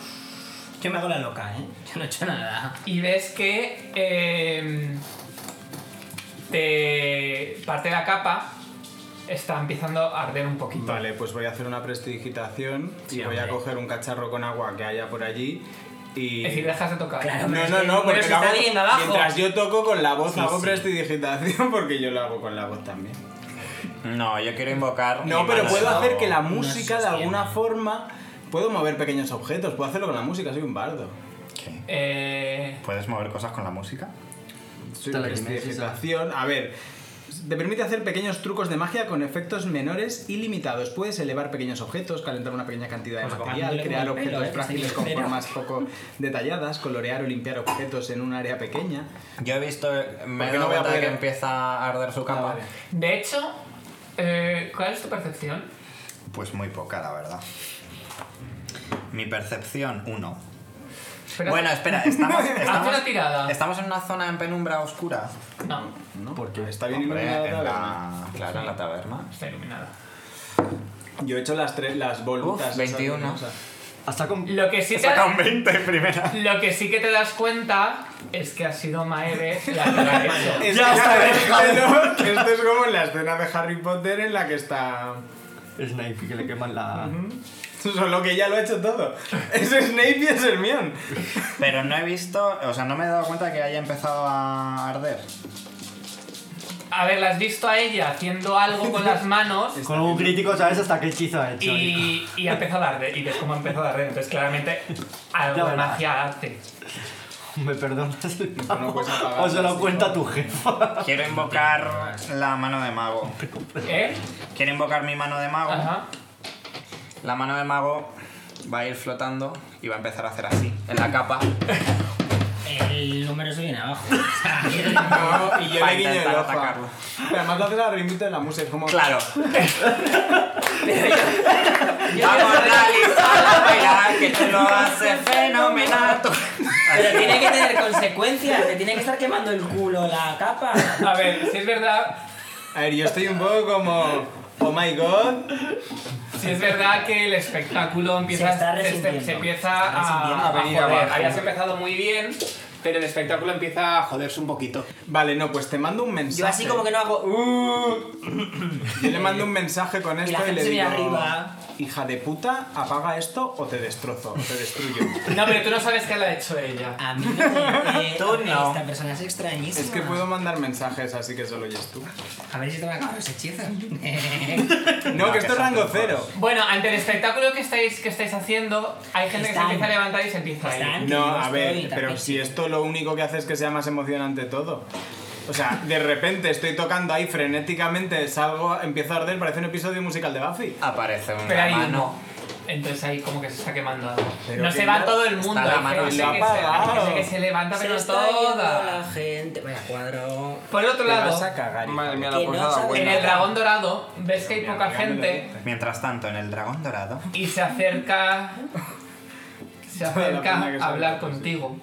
Yo me hago la loca, ¿eh? Yo no he hecho nada.
y ves que eh, te parte de la capa está empezando a arder un poquito.
Vale, pues voy a hacer una prestigitación y voy a
hombre.
coger un cacharro con agua que haya por allí y...
Es decir, dejas de tocar.
Claro.
no,
Hombre,
no,
es
no,
que-
porque
pero si
lo
está
hago-
bien abajo.
mientras yo toco con la voz
Sí,
hago
sí.
prestidigitación porque yo lo hago con la voz también.
No, yo quiero invocar.
No,
mi
pero
mano
puedo
de
hacer
mago.
que la música de
sostiene.
alguna forma... Puedo mover pequeños objetos, puedo hacerlo con la música, soy un bardo.
¿Qué?
Eh,
¿Puedes mover cosas con la música?
Soy
Telequinesis,
prestigitación, a ver... Te permite hacer pequeños trucos de magia con efectos menores y limitados. Puedes elevar pequeños objetos, calentar una pequeña cantidad de
Pues
material,
bajándole
crear
como el pelo,
objetos
¿eh?
frágiles con
Pero-
formas poco detalladas, colorear o limpiar objetos en un área pequeña.
Yo he visto. Me he
Porque
dado
no voy a
cuenta de que
poder- Ah,
empieza a arder su capa.
vale.
De hecho, eh, ¿cuál es tu percepción?
Pues muy poca, la verdad. Mi percepción, uno.
Espera.
Bueno, espera, estamos.
Haz
estamos
una tirada.
Estamos en una zona en penumbra oscura.
No,
¿no? Porque está bien
Hombre,
iluminada
en
la taberna.
la, claro, en la taberna.
está iluminada.
Yo he hecho las tres, las volutas. esas
21.
luminosas.
Hasta con...
Lo que sí te,
Saca un 20 en primera.
lo que sí que te das cuenta es que ha sido Maeve la que lo ha hecho.
Es
Ya
que-
está,
Pero Esto es como en la escena de Harry Potter en la que está.
Snape, que le queman la...
Solo que ya lo ha hecho todo. Es Snape y es Hermione.
Pero no he visto. O sea, no me he dado cuenta que haya empezado a arder.
A ver, la has visto a ella haciendo algo con las manos
Con un crítico sabes hasta qué hechizo ha hecho. hijo.
y, y ha empezado a arder. Y ves cómo ha empezado a arder. Entonces, claramente,
Ya
algo de
verás.
magia hace.
¿Me perdonas el
no puedes apagar
O se lo
las
cuenta tu jefa.
Quiero invocar la mano de mago.
¿Eh?
Quiero invocar mi mano de mago.
Ajá.
La mano de mago va a ir flotando y va a empezar a hacer así, en la capa.
El número se viene abajo.
No, y yo
Para
le guiño el
intentar
ojo.
atacarlo.
Pero además lo haces a ritmito de la música, es como.
Claro. Vamos a bailar, que tú lo haces fenomenal.
Pero tiene que tener consecuencias, te tiene que estar quemando el culo la capa.
A ver, si es verdad
A ver, yo estoy un poco como. Oh my god.
Si es verdad que el espectáculo empieza,
Se está
se- este,
resintiendo.
se empieza
Se está resintiendo.
a,
Ha venido
a joder.
abajo.
Habías empezado muy bien, pero el espectáculo empieza a joderse un poquito.
Vale, no, pues te mando un mensaje.
Yo así como que no hago. "Uh".
Yo le mando un mensaje con esto y,
gente
le
se
digo.
mira arriba.
Hija de puta, apaga esto o te destrozo, o te destruyo.
No, pero tú no sabes qué le ha hecho ella.
A mí no me- eh,
Tú no.
Esta persona es extrañísima.
es que puedo mandar mensajes, así que solo oyes tú.
A ver si te van a acabar los hechizos.
Eh,
No,
No,
que
que
esto es
son
rango
trucos.
cero.
Bueno, ante el espectáculo que estáis, que estáis haciendo, hay gente
Están.
que se empieza a levantar y se empieza a ir.
Están.
No,
Yo
a
estoy
ver, pero
también,
si
sí.
esto lo único que hace es que sea más emocionante todo. O sea, de repente estoy tocando ahí frenéticamente, salgo, empiezo a arder, parece un episodio musical de Buffy.
Aparece una
Pero hay
mano.
uno. Entonces ahí como que se está quemando algo.
Pero
No
que
se va
no-
todo el mundo.
está la
hay
mano
gente
así.
que
Lo ha
se- hay gente
apagado.
que se levanta,
Se
pero no
está yendo
toda.
la gente. Vaya cuadro.
Por el otro
Te vas a
lado,
cagar. hijo
Madre
de-
mía,
Que
la
no
posada
sabe
en
buena.
el dragón dorado, ves que hay poca gente.
Mientras tanto, en el dragón dorado.
Y se acerca. Se
Toda la
acerca
pena que
a
sabe
hablar
lo que sí.
contigo.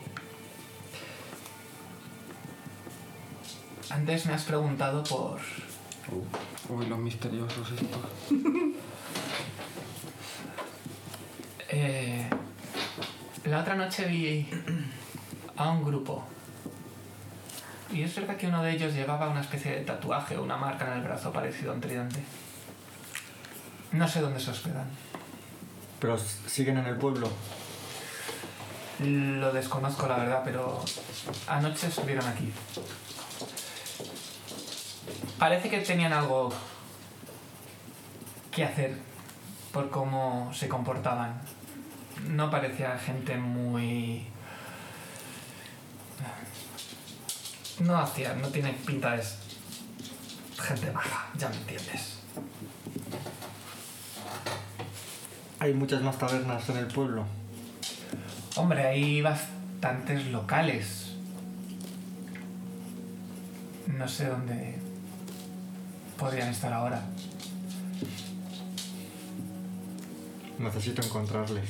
Antes me has preguntado por.
Uy, los misteriosos estos.
eh, la otra noche vi a un grupo. Y es verdad que uno de ellos llevaba una especie de tatuaje o una marca en el brazo parecido a un tridente. No sé dónde se hospedan.
Pero siguen en el pueblo.
Lo desconozco, la verdad, pero anoche estuvieron aquí. Parece que tenían algo que hacer por cómo se comportaban. No parecía gente muy... No hacía, no tiene pinta de s- gente baja, ya me entiendes.
Hay muchas más tabernas en el pueblo.
Hombre, hay bastantes locales. No sé dónde podrían estar ahora.
Necesito encontrarles.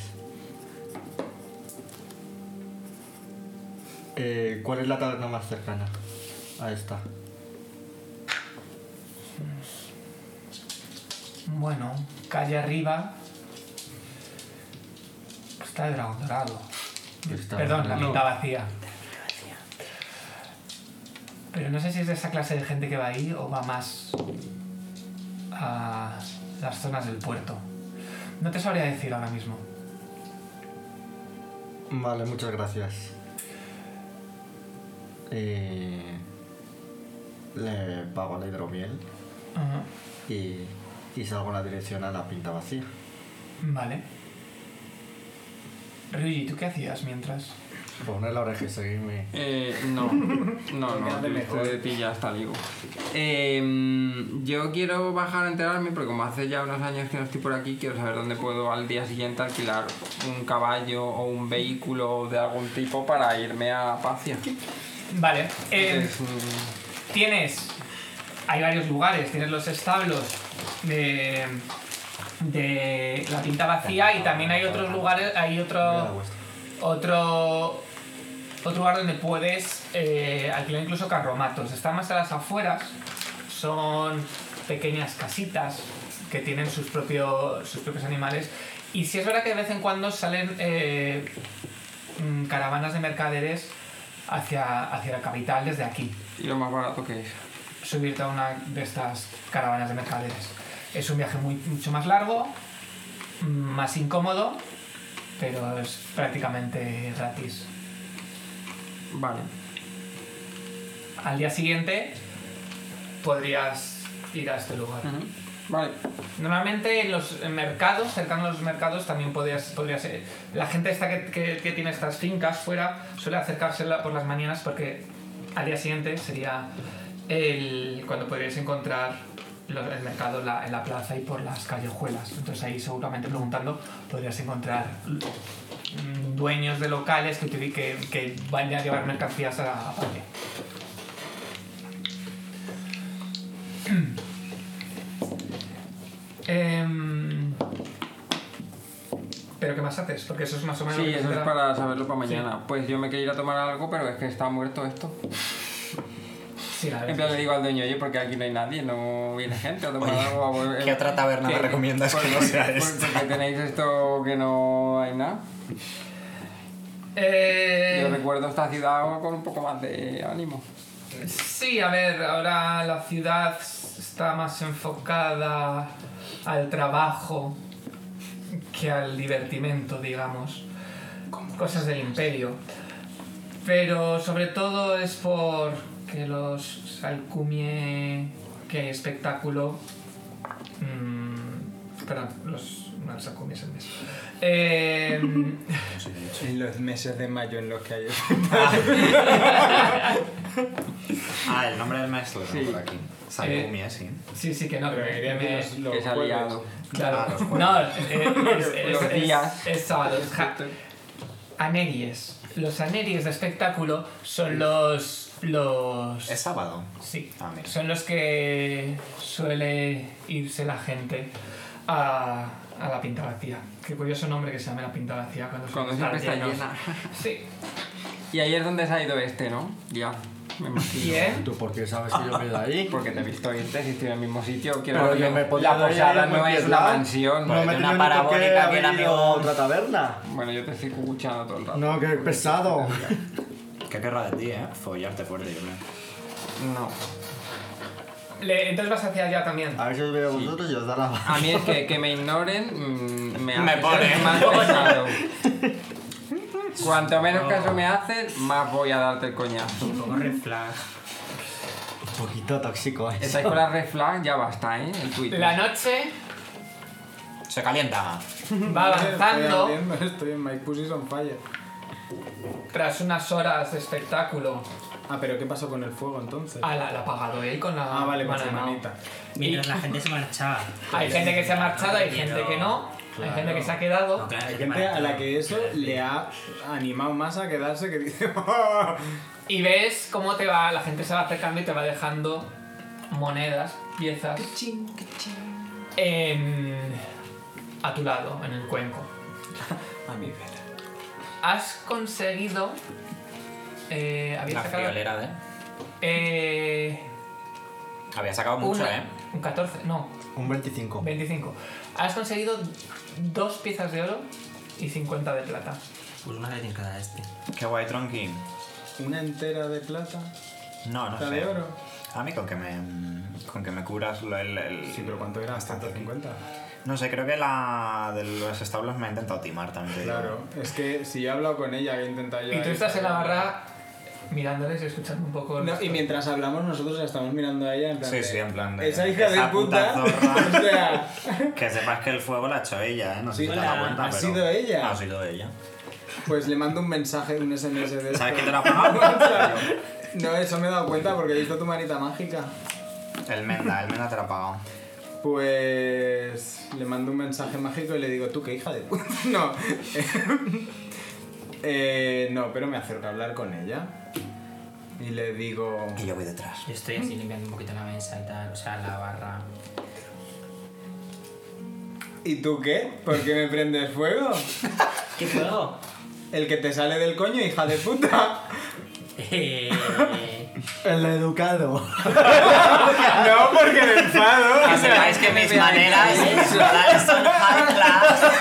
Eh, ¿Cuál es la taberna más cercana a esta?
Bueno, calle arriba está el dragón dorado.
Está-
Perdón, la
Ah, no.
mitad vacía. Pero no sé si es de esa clase de gente que va ahí o va más a las zonas del puerto. No te sabría decir ahora mismo.
Vale, muchas gracias. Eh, le pago la hidromiel
Ajá.
y, y salgo en la dirección a la pinta vacía.
Vale. Ryuji, ¿tú qué hacías mientras?
Poner la oreja y seguirme.
Eh, no, no, no, te pillas hasta ligo. Eh, yo quiero bajar a enterarme porque como hace ya unos años que no estoy por aquí, quiero saber dónde puedo al día siguiente alquilar un caballo o un vehículo de algún tipo para irme a Pacia.
Vale. eh,
Es, mm,
Tienes. Hay varios lugares. Tienes los establos de. de la tinta vacía y también hay otros lugares. Hay otro.
pues,
Otro. Otro lugar donde puedes eh, alquilar incluso carromatos. Están más a las afueras. Son pequeñas casitas que tienen sus, propio- sus propios animales. Y si es verdad que de vez en cuando salen eh, mm, caravanas de mercaderes hacia, hacia la capital desde aquí
y lo más barato que es.
subirte a una de estas caravanas de mercaderes. Es un viaje muy, mucho más largo, mm, más incómodo, pero es prácticamente gratis.
Vale.
Al día siguiente podrías ir a este lugar.
Ujú. Vale.
Normalmente en los mercados, cercanos a los mercados, también podrías, podrías eh, la gente esta que, que- que tiene estas fincas fuera suele acercarse la- por las mañanas porque al día siguiente sería el, cuando podrías encontrar lo- el mercado en la- en la plaza y por las callejuelas. Entonces ahí seguramente preguntando podrías encontrar mm, dueños de locales que, utili- que, que van a llevar mercancías a, a Padre. Em, ¿Pero qué más haces? Porque eso es más o menos... lo
Sí,
que te
eso es
queda.
para saberlo para mañana. Pues yo me quería ir a tomar algo, pero es que está muerto esto.
Sí, la verdad.
En plan, le digo al dueño, oye, porque aquí no hay nadie, no viene gente a tomar
Oye,
algo. a volver-
¿qué otra taberna me
¿Qué-
recomiendas
por
que
qué-
no sea
por-
esta?
Porque tenéis esto que no hay nada.
Eh,
Yo recuerdo esta ciudad con un poco más de ánimo.
Sí, a ver, ahora la ciudad está más enfocada al trabajo que al divertimento, digamos. Cosas del imperio. Pero sobre todo es por que los alcumie que hay espectáculo. mm, perdón, los. No, los alcumie es el mes. Em,
En los meses de mayo en los que hay...
Ah, el nombre del maestro
Sí.
por aquí. Salcumia, sí.
sí, sí, que no, que me- que me-
Que se ha liado.
Claro.
Ah, los jueves.
no, es, es- es-
Los
es-
días.
es sábado. es ja- Aneries. Los aneries de espectáculo son los. los.
Es sábado.
Sí.
Ah, mira.
Son los que suele irse la gente a, a la pinta vacía. Qué curioso nombre que se llame la pinta vacía cuando,
Cuando
suelen
siempre está
estar llenos.
llena.
Sí.
Y ahí es donde se ha ido este, ¿no? Ya, me imagino.
Bien.
¿Tú por qué sabes que yo me he ido ahí?
Porque te he visto irte, si estoy en el mismo sitio, quiero
Pero
decir,
yo me he podido
La
ir a
posada no
cualquier
es la
lado.
mansión.
No me he
Una
tenido ni por qué
parabólica que
haber
era
ido a
amigo.
otra taberna.
Bueno, yo te estoy escuchando todo el rato.
No, qué pesado.
Qué querrá de ti, ¿eh? Follarte fuerte, yo creo.
no.
Le- entonces vas hacia allá también.
A ver si os veo a vosotros y os da la...
A mí es que, que me ignoren mm, me,
Me
hace
pone.
ser más pesado. Cuanto menos caso
Oh.
me haces, más voy a darte el coñazo.
Corre flag.
Un poquito tóxico, eh.
Estáis con la red flag, ya basta, ¿eh? El Twitter.
La noche
Se calienta.
va avanzando.
Estoy en My Pussy's on Fire.
Tras unas horas de espectáculo,
Ah, pero ¿qué pasó con el fuego entonces?
Ah, la, la ha apagado él con la
Ah, vale, con
mano
su
de Mao.
manita.
Mientras la gente se marchaba.
Hay gente que se ha marchado, hay gente que no, hay
Claro.
gente que se ha
No,
quedado.
claro,
Hay
se
gente a la
marchaba.
que eso le ha animado más a quedarse que dice... "Oh".
Y ves cómo te va, la gente se va acercando y te va dejando monedas, piezas. en- a tu lado, en el cuenco.
a mi vera.
Has conseguido. Eh, habías
La
sacado.
friolera de...
Eh,
Había sacado mucho,
una-
¿eh?
Un 14, no,
Un 25.
25. Has conseguido dos piezas de oro y 50 de plata.
Pues una le tienes que dar a este.
Qué guay, tronqui.
Una entera de plata,
No, no
otra
sé.
Ah,
de oro.
A mí con que me, con que me curas lo- el, el-
Sí, pero ¿cuánto era? Hasta
Bastante.
150.
No sé, creo que la de los establos me ha intentado timar también. te digo.
Claro, es que si yo he hablado con ella, he intentado yo...
Y tú
ahí-
estás en la barra mirándoles y escuchando un poco.
No,
los-
y mientras hablamos nosotros la estamos mirando a ella en plan
Sí,
de,
sí, en plan de,
Esa hija
"Esa
de
puta
puta,
zorra".
o sea...
Que sepas que el fuego lo ha hecho ella, ¿eh? No sé
Sí,
si te has dado
hola,
cuenta,
ha
pero-
sido ella.
Ha sido ella.
Pues le mando un mensaje, un SMS de
¿Sabes
esto.
quién te lo ha pagado?
No, eso me he dado cuenta porque he visto tu manita mágica.
el Menda, el Menda te lo ha pagado.
Pues le mando un mensaje mágico y le digo, tú qué hija de puta. No. Eh, no, pero me acerco a hablar con ella. Y le digo...
Y yo voy detrás.
Yo estoy así limpiando un poquito la mesa y tal, o sea, la barra.
¿Y tú qué? ¿Por qué me prendes fuego?
¿Qué fuego?
El que te sale del coño, hija de puta.
Eh,
El educado. Ah.
No, porque me enfado.
Que sepáis que mis maneras sexuales son high class.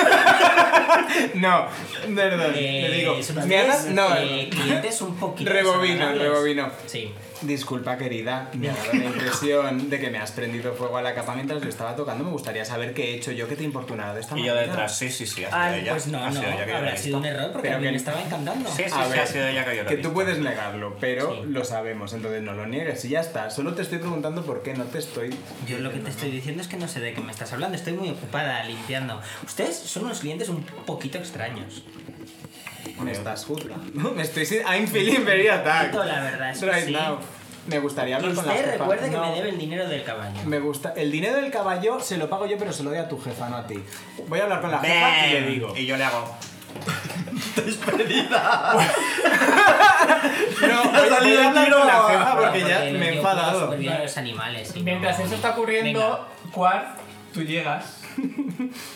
No, perdón,
eh,
te digo.
son unos
me hagas-
clientes,
No,
eh, clientes un poquito.
Rebobino,
desagradables.
rebobino.
Sí.
disculpa querida, me ha dado la impresión de que me has prendido fuego a la capa mientras yo estaba tocando. Me gustaría saber qué he hecho yo que te he importunado de esta
Y yo
manera.
detrás, sí, sí, sí, ha sido
Ah,
ella.
pues no,
ha
no,
sido ella que yo la
habrá
he
sido un
visto.
error porque
Pero
a mí
que-
me estaba encantando.
Sí, sí,
A
sí,
ver,
ha sido ella que yo la he
Que
visto.
tú puedes negarlo, pero
Sí.
lo sabemos, entonces no lo niegues y ya está. Solo te estoy preguntando por qué no te estoy.
Yo lo que te estoy diciendo es que no sé de qué me estás hablando, estoy muy ocupada limpiando. Ustedes son unos clientes un poquito extraños.
Me estás juzgando. Me estoy. sin- I'm feeling very attacked.
Poquito, la verdad es que
Right
sí.
now. Me gustaría
Y
hablar con la
usted
jefa.
recuerde que
No.
me debe el dinero del caballo.
Me gusta. El dinero del caballo se lo pago yo, pero se lo doy a tu jefa, no a ti. Voy a hablar con la jefa y le
Ven.
digo.
Y yo le hago.
No, voy a voy a hablar con la jefa
Bueno,
porque ya
yo
me he
cuido
enfadado.
súper bien a los animales. y
Mientras
no-
eso está ocurriendo,
Venga.
Quar, tú llegas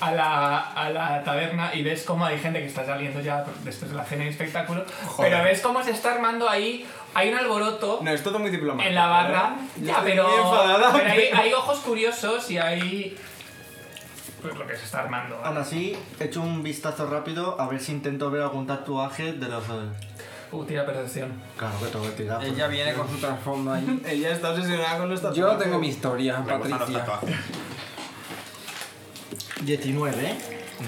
a la, a la taberna y ves cómo hay gente que está saliendo ya después de la cena y espectáculo, pero ves cómo se está armando ahí, hay un alboroto
No, es todo muy diplomático.
en la barra,
Yo
ya,
estoy
pero,
muy ¿eh? enfadada,
pero hay,
pero-
hay ojos curiosos y hay... Pues lo que se está armando.
Aún así, echo un vistazo rápido a ver si intento ver algún tatuaje de los. eh,
Uh, tira percepción.
Claro que tengo que tirar. porque-
Ella viene con su trasfondo ahí.
Ella está obsesionada con los tatuajes.
Yo tengo mi historia,
Me gustan los
Patricia.
tatuajes.
19, ¿eh?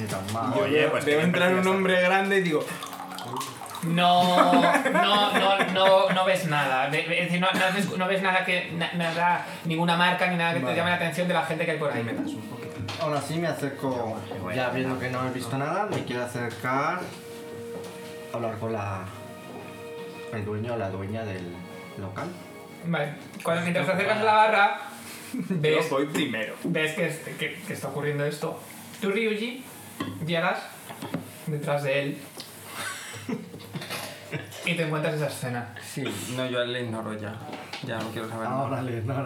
Ni tan mal.
Oye, pues.
Veo
tiene
entrar un
preciosa.
hombre grande y digo,
No, no, no, no, no ves nada. Ve- ve- Es decir, no, no ves, no ves nada que. na- nada, ninguna marca ni nada que te llame la atención de la gente que hay por ahí.
Aún así, me acerco. Ya viendo que no he visto nada, me quiero acercar. a Hablar con la. El dueño o la dueña del local.
Vale. Cuando mientras te acercas a la barra,
yo
ves,
voy primero.
ves que, es- que- que está ocurriendo esto. Tú, Ryuji, llegas detrás de él y te encuentras esa escena.
Sí, no, yo le ignoro ya. Ya no quiero
Ah.
saber nada.
Ahora,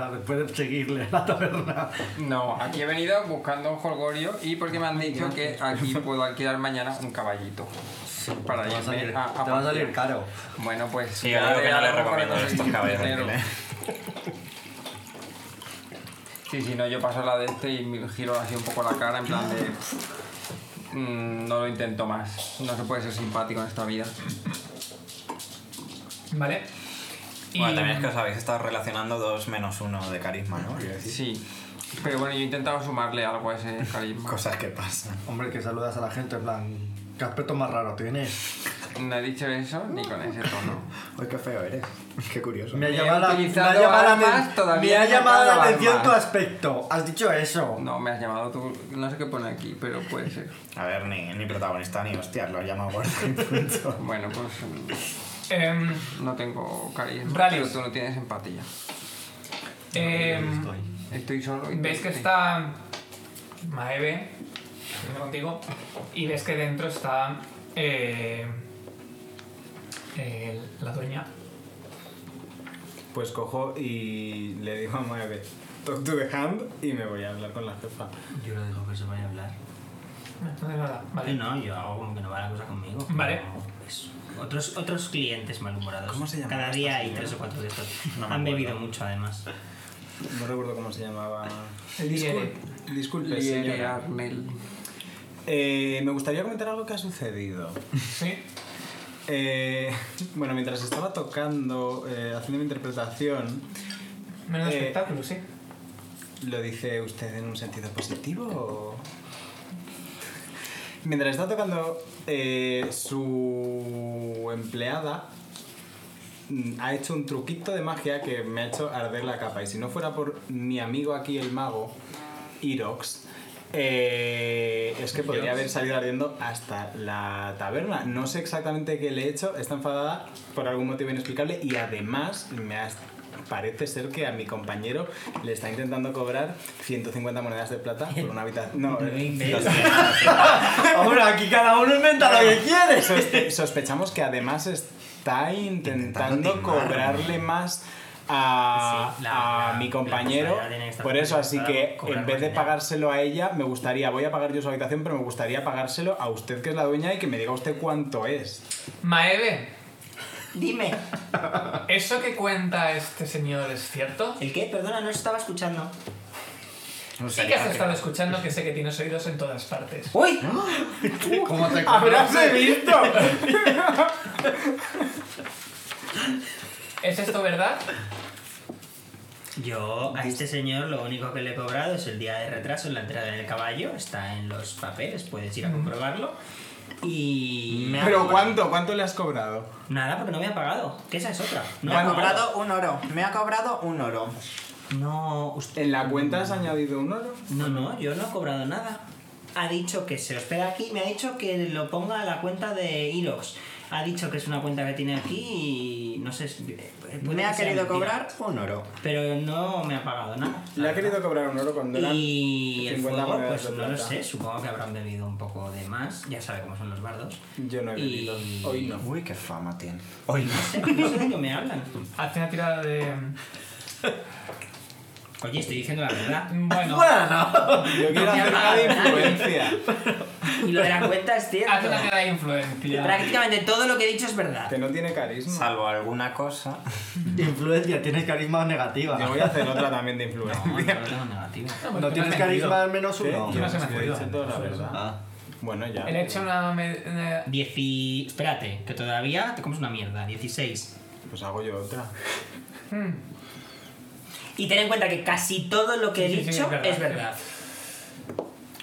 ahora, después de seguirle a la taberna.
No, aquí he venido buscando un jolgorio y porque me han dicho que aquí puedo alquilar mañana un caballito. Para
Te va a
irme
salir,
a, a
te va a salir
pasear.
caro.
Bueno, pues.
Sí, yo digo que no
ya
les
hago
recomiendo
para
estos
conseguir
caballos
dinero.
de alquiler.
Sí, sí, no, yo paso la de este y me giro así un poco la cara en plan de. "Mm, no lo intento más. No se puede ser simpático en esta vida.
¿Vale? Y-
Bueno, también es que os habéis estado relacionando dos menos uno de carisma, ¿no? Quiero decir,
Sí. Pero bueno, yo he intentado sumarle algo a ese carisma.
Cosas que pasan.
Hombre, que saludas a la gente en plan. ¿Qué aspecto más raro tienes?
No he dicho eso ni con ese tono.
Uy, qué feo eres. Qué curioso.
Me ha
Me he
llamado la, me ha
utilizado
llamado la
armas,
aten-
todavía
me ha
no he
llamado la
sacado
atención
armas.
tu aspecto. Has dicho eso.
No, me has llamado tú. No sé qué pone aquí, pero puede ser.
A ver, ni, ni protagonista ni hostias, lo has llamado gordo y punto.
Bueno, pues
em,
mm, no tengo carisma,
Rallies.
pero tú no tienes empatía.
em,
Estoy solo y
Ves que
triste.
está Maeve viene contigo y ves que dentro está eh, eh, la dueña.
Pues cojo y le digo a Maeve, talk to the hand y me voy a hablar con la jefa.
Yo lo dejo que se vaya a hablar.
No de nada, vale.
No, yo hago como que no va la cosa conmigo.
Vale.
Pues, otros, otros clientes malhumorados.
¿Cómo se llama
Cada
esta
día hay
señora?
tres o cuatro de estos.
No me
Han
acuerdo.
bebido mucho, además.
No recuerdo cómo se llamaba.
El
Discul- Disculpe,
Liere
señora.
Arnel.
Eh, me gustaría comentar algo que ha sucedido.
Sí.
Eh, bueno, mientras estaba tocando, eh, haciendo mi interpretación,
Menos
Eh,
espectáculo, sí.
¿Lo dice usted en un sentido positivo o.? Mientras está tocando, eh, su empleada mm, ha hecho un truquito de magia que me ha hecho arder la capa. Y si no fuera por mi amigo aquí, el mago, Irox, Eh, es que podría
Dios.
haber salido ardiendo hasta la taberna. No sé exactamente qué le he hecho. Está enfadada por algún motivo inexplicable y además me has- Parece ser que a mi compañero le está intentando cobrar 150 monedas de plata por una habitación. No, eh,
Hombre, aquí cada uno inventa lo que quiere.
Sospe- sospechamos que además está intentando cobrarle más a,
Sí, la-
a
la-
mi
la
compañero.
personalidad tiene que estar
Por eso, así
para
que
cobrar
en vez
más
de
dinero.
pagárselo a ella, me gustaría, voy a pagar yo su habitación, pero me gustaría pagárselo a usted que es la dueña y que me diga usted cuánto es.
Maeve,
Dime,
¿eso que cuenta este señor es cierto?
¿el qué? Perdona, no estaba escuchando.
Sí que has estado escuchando, que sé que tienes oídos en todas partes.
¡Uy!
¿Cómo te
¡Habráse visto!
¿Es esto verdad?
Yo a este señor lo único que le he cobrado es el día de retraso en la entrega del caballo. Está en los papeles, puedes ir a comprobarlo. Y.
Pero ¿cuánto? ¿Cuánto le has cobrado?
Nada, porque no me ha pagado. Que esa es otra.
Me
No me ha
ha
pagado.
cobrado un oro. Me ha cobrado un oro.
No, usted.
¿En la cuenta has añadido un oro?
No, no, yo no he cobrado nada. Ha dicho que se hospeda aquí, me ha dicho que lo ponga a la cuenta de Ilox. Ha dicho que es una cuenta que tiene aquí y no sé. si- puede que
Me ha
sea
querido cobrar
mentira.
un oro.
Pero no me ha pagado nada.
Le ha querido cobrar un oro cuando eran
Y el
50
fuego,
monedas
pues
de
no lo
plata.
sé, supongo que habrán bebido un poco de más, ya sabe cómo son los bardos.
Yo no he
Y-
bebido. Hoy no.
Uy, qué fama tiene. Hoy no.
No sé, no sé de qué me hablan.
Haz una tirada de...
Oye, estoy diciendo la verdad.
Bueno,
Yo quiero hacer una de influencia.
Y lo de la cuenta es
haz
cierto.
una tirada de influencia.
Prácticamente todo lo que he dicho es verdad.
Que no tiene carisma.
Salvo alguna cosa.
Influencia, tienes carisma negativa.
Yo voy a hacer otra también de influencia.
No, no lo tengo negativo.
pues
¿No tienes carisma al menos
¿Qué?
uno? Ah.
Yo no sé, me
Sí,
he jodido.
dicho toda la verdad. Bueno, ya.
Él ha hecho una... me- eh, una-
Dieci... Espérate, que todavía te comes una mierda. 16.
Pues hago yo otra.
Y ten en cuenta que casi todo lo que he
Sí, sí, sí,
dicho
es verdad.
es verdad.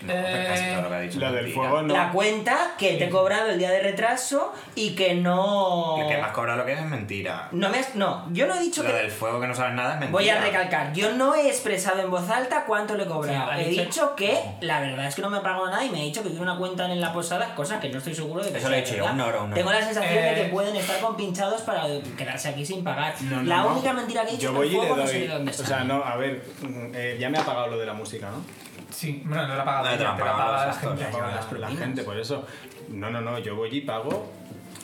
No,
Eh,
pero casi todo lo que ha dicho.
Lo
es
del
mentira.
fuego no.
La cuenta que te he cobrado el día de retraso y que no...
El que más cobra lo que es es mentira.
No me has- No, yo no he dicho
Lo
que...
del fuego que no sabes nada es mentira.
Voy a recalcar, yo no he expresado en voz alta cuánto le he cobrado.
Sí, ha
he
dicho-
dicho que la verdad es que no me ha pagado nada y me ha dicho que tiene una cuenta en la posada, cosa que no estoy seguro de que
Eso lo
sea
he dicho yo,
verdad.
un oro, un oro.
Tengo la sensación de que
Eh.
pueden estar compinchados para quedarse aquí sin pagar.
No, no,
la
no.
única mentira que he dicho
Yo
es
voy
que
y
el
le
fuego no sé de
doy.
dónde
O
sale.
sea, no, a ver. mm, eh, ya me ha pagado lo de la música, ¿no?
Sí, bueno, no lo ha pagado
No,
ella,
te
te
lo
lo
han
ha
pagado
pagado la
los actores,
gente.
Me ha pagado
las
la, la
propinas.
gente, por eso. No, no, no. Yo voy y pago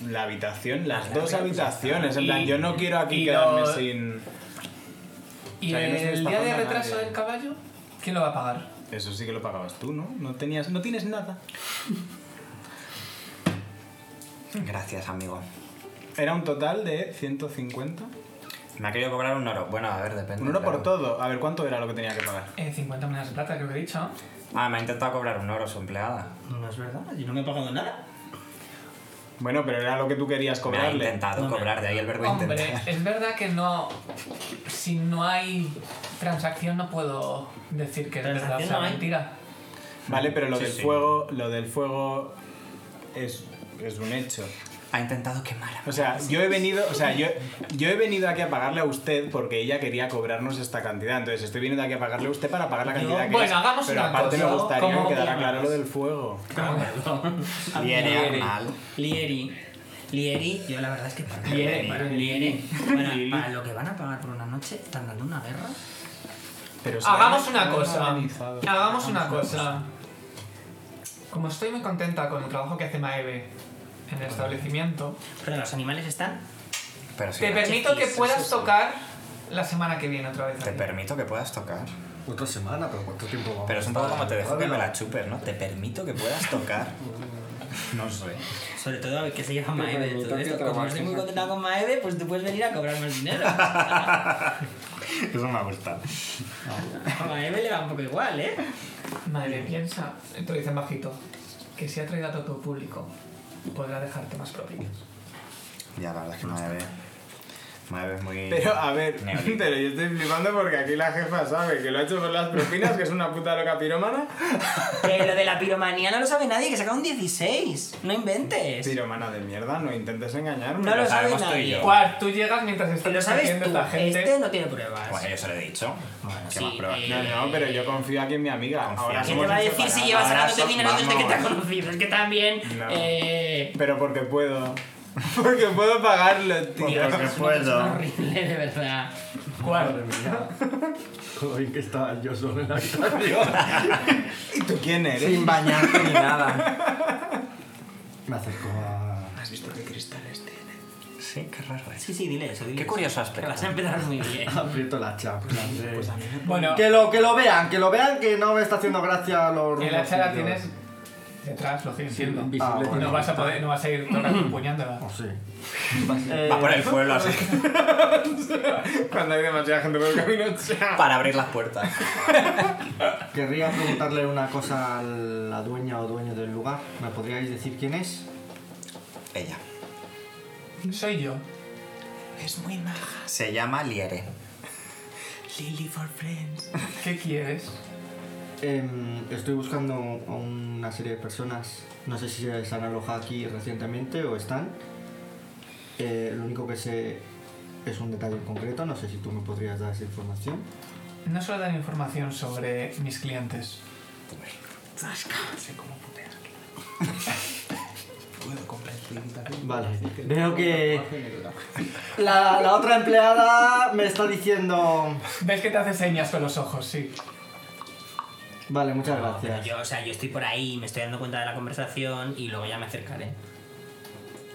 la habitación, las dos habitaciones. En plan,
Y-
yo no quiero aquí
y
quedarme
lo-
sin.
¿Y
O sea, yo no estoy
el día de
estafando a
retraso
nadie.
del caballo? ¿Quién lo va a pagar?
Eso sí que lo pagabas tú, ¿no? No tenías, no tienes nada.
Gracias, amigo.
Era un total de 150.
Me ha querido cobrar un oro. Bueno, a ver, depende.
Un oro por
claro.
todo. A ver, ¿cuánto era lo que tenía que pagar?
Eh, 50 monedas de plata, creo que he dicho. ¿no?
Ah, me ha intentado cobrar un oro su empleada.
No es verdad, yo no me he pagado nada.
Bueno, pero era lo que tú querías
Me ha
cobrarle.
intentado cobrar, de ahí el verbo
Hombre,
intentar.
es verdad que no... Si no hay transacción no puedo decir que es verdad o
Transacción
sea,
no hay.
mentira.
Vale, pero lo
Sí,
del
sí.
fuego, lo del fuego es, es un hecho.
Ha intentado quemar. a-
O sea, yo he venido, o sea, yo, yo he venido aquí a pagarle a usted porque ella quería cobrarnos esta cantidad. Entonces estoy viniendo aquí a pagarle a usted para pagar la cantidad que
bueno,
es.
hagamos
Pero
una
aparte
cosa,
me gustaría
¿cómo
que quedara
llamas?
claro lo del fuego.
Viene
Lieri.
Arnal.
Lieri. Lieri, yo la verdad es que para
Lieri.
para- Lieri. Bueno, para lo que van a pagar por una noche, están dando una guerra.
Pero
Pues
si
Hagamos
han-
una
han
cosa.
organizado.
Hagamos una cosa. Como estoy muy contenta con el trabajo que hace Maeve en el establecimiento,
Pero los animales están.
Pero sí,
te permito que puedas tocar la semana que viene otra vez.
te
aquí.
permito que puedas tocar.
Otra semana, pero ¿cuánto tiempo vamos?
Pero es un poco como te dejo que me la chupes, ¿no? Te permito que puedas tocar. No sé.
Sobre todo a ver qué se lleva Maeve de todo
permito
esto.
que
Como
trabajes
estoy muy
aquí.
contenta con Maeve, pues tú puedes venir a cobrar más dinero.
Eso me ha gustado.
A Maeve le va un poco igual, ¿eh?
Maeve, piensa, te lo dicen bajito, que si ha traído a todo tu público, podrá dejarte más propinas.
Ya, la verdad es que me Madre, es muy...
Pero ah, a ver,
Neolítico.
pero yo estoy flipando porque aquí la jefa sabe que lo ha hecho con las propinas, que es una puta loca piromana.
Que lo de la piromanía no lo sabe nadie, que saca un 16. No inventes.
Piromana de mierda, no intentes engañarme.
No lo sabe
sabemos tú y
nadie.
yo.
Cuar, tú llegas mientras están
Lo sabes
haciendo
tú.
esta gente.
Este no tiene pruebas.
Bueno, yo se lo he dicho. ¿Qué
sí,
más pruebas?
eh,
No, no, pero yo confío aquí en mi amiga.
Confía.
Ahora
¿Quién
somos
te va a decir si
inseparables.
llevas
Ahora
sacando
son-
tefina desde que te ha
vamos.
conocido? Es que también.
No.
Eh,
Pero porque puedo. Porque puedo pagarlo, tío.
Porque
es una persona
puedo.
horrible, de verdad.
Madre mía. Joder, que estaba yo solo en la habitación.
¿Y tú quién eres?
Sin bañarte ni nada.
Me acerco a.
¿Has visto qué cristales tiene?
Sí, qué raro eh. es.
Sí, sí, dile eso. Dile
Qué
eso.
curioso
Te vas
aspecto.
a empezar muy bien.
Aprieto la chapla. de-
Bueno,
Que lo, que lo vean, que lo vean, que no me está haciendo gracia los
el
ruidos
hacha la
suyos.
tienes detrás, lo sigue siendo.
Invisible.
Ah, bueno.
No vas a poder, no vas a ir tocando empuñándola.
Oh, sí.
Va por el pueblo así.
Cuando hay demasiada gente por el camino, chao.
Para abrir las puertas.
Querría preguntarle una cosa a la dueña o dueño del lugar. ¿Me podríais decir quién es?
Ella.
Soy yo.
Es muy maja.
Se llama Liere.
Lily for Friends.
¿Qué quieres?
Em, estoy buscando a una serie de personas. No sé si se han alojado aquí recientemente o están. Eh, lo único que sé es un detalle en concreto. No sé si tú me podrías dar esa información.
No suelo dar información sobre mis clientes.
Vale. Veo que la, la otra empleada me está diciendo...
¿Ves que te hace señas con los ojos? Sí.
Vale, muchas
Pero
gracias.
yo, o sea, yo estoy por ahí, me estoy dando cuenta de la conversación y luego ya me acercaré.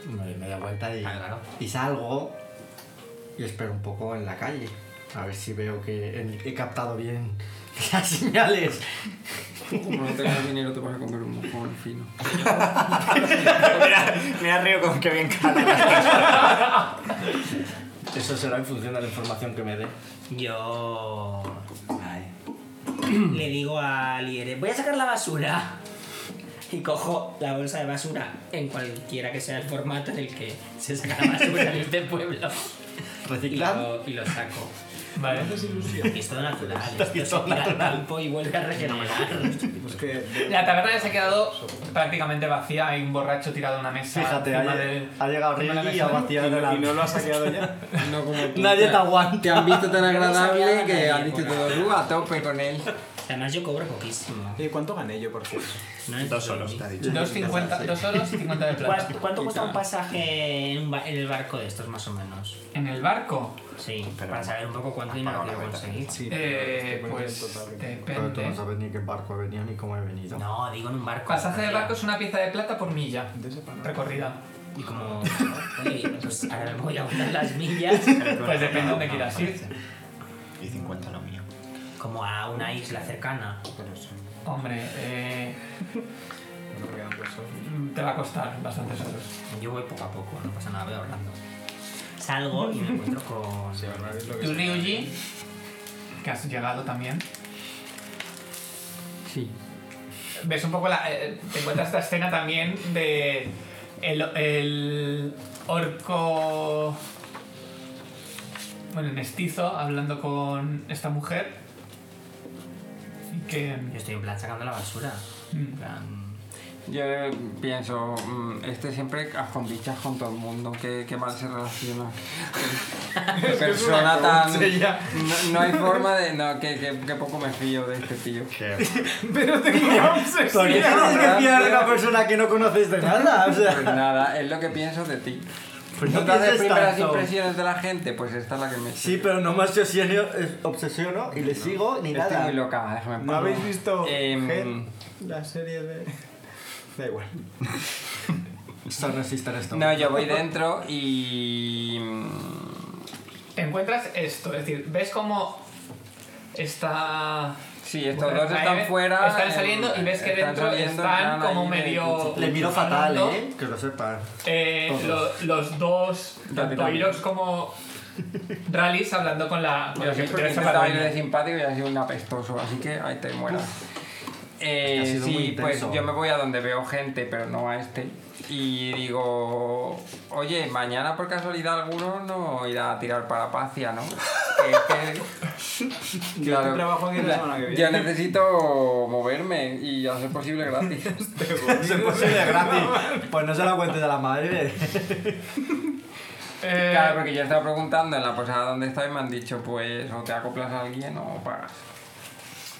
Me, me doy vuelta y,
Ah, claro.
y salgo y espero un poco en la calle. A ver si veo que he, he captado bien las señales.
Como no tengas dinero, te vas a comer un mojón fino.
mira, mira Río con qué bien cara.
Eso será en función de la información que me dé.
Yo. Le digo a Liere, voy a sacar la basura. Y cojo la bolsa de basura en cualquiera que sea el formato en el que se saca la basura en este pueblo. Y
Reciclar.
lo, y lo saco.
Vale.
Que es todo natural. Esto se tira al campo y vuelve a regenerar.
Pues que.
La taberna ya se ha quedado prácticamente vacía. Hay un borracho tirado a una mesa.
Fíjate,
Ah, encima
ha,
del-
ha llegado
encima de la
Ricky y
mesa
ha
del-
vaciado la...
¿Y no lo has saqueado ya?
No como tú.
Nadie te aguanta.
Te han visto tan agradable
sabía
que
nadie,
has dicho
por
todo tú a tope con él.
Además, yo cobro poquísimo.
Oye, ¿cuánto gané yo por cierto?
No es
Dos solos, te ha dicho.
2.50 dos oros y 50 de plata.
¿Cuánto, cuánto cuesta un pasaje en, un ba- en el barco de estos, más o menos?
En el barco,
Sí,
Pero
para
no.
saber un poco cuánto
Has
dinero
pagado
quiero
la cuenta.
conseguir.
Sí,
eh,
estoy poniendo el
pues
total.
Pero tú no
depende.
sabes ni qué barco he venido ni cómo he venido.
No, digo en un barco.
Pasaje de
María.
barco es una pieza de plata por milla recorrida.
Y como, oye, pues ahora me voy a contar las millas
Pues depende dónde quieras ir.
Y 50 lo mío.
como a una isla cercana.
Hombre, eh,
No me quedan dos soles.
te va a costar bastantes oros.
Yo voy poco a poco, no pasa nada, voy hablando. Salgo y me encuentro con...
Sí, ahora es lo que
Tú,
sea.
Ryuji, que has llegado también,
Sí.
ves un poco la. eh, te encuentras esta escena también de. El, el orco. Bueno, el mestizo hablando con esta mujer. Y que.
Yo estoy en plan sacando la basura. En plan...
Yo eh, pienso, mm, este siempre a con bichas con todo el mundo, que, mal se relaciona. Persona tan. No, no hay forma de. No, que, que- que poco me fío de este tío.
¿Por qué tienes que fiar de una persona que no conoces de nada? O
Pues
sea,
nada, es lo que pienso de ti.
pues
¿No te haces
pienses
primeras
tanto.
impresiones de la gente? Pues esta es la que me.
Sí, pero no me obsesiono, eh, obsesiono y le sigo ni
Estoy
nada.
muy loca, déjame en
¿No
paz.
habéis visto
Em,
Head? la serie de.? Da igual.
Esto no existe en esto.
No, yo voy dentro y. mm,
Te encuentras esto, es decir, ves como. Esta.
Sí, estos dos están
Ahí
fuera.
Están
em,
saliendo y ves que
están
dentro
saliendo,
están
ahí
como
de
medio.
cuchillo.
Le miro fatal,
hablando.
¿eh? Que lo sepa.
Eh,
Todos.
lo- los dos,
Ya te
tanto
cambio.
Irox como Rallys, hablando con la, con
Yo
la que
siempre
interesa
intentaba
para
ir de
mí.
simpático y ha sido un apestoso, así que ahí te mueras. Eh,
Ha sido
sí,
muy
pues
intenso.
yo me voy a donde veo gente, pero no a este. Y digo, Oye, mañana por casualidad alguno no irá a tirar para Pacia, ¿no? Que es que-
Yo trabajo aquí la semana que viene.
Yo necesito moverme y hacer posible gratis.
Eso es posible gratis. Pues no se la cuentes a la madre.
Eh,
Claro, porque yo estaba preguntando en la posada dónde estaba y me han dicho, pues, o te acoplas a alguien o pagas.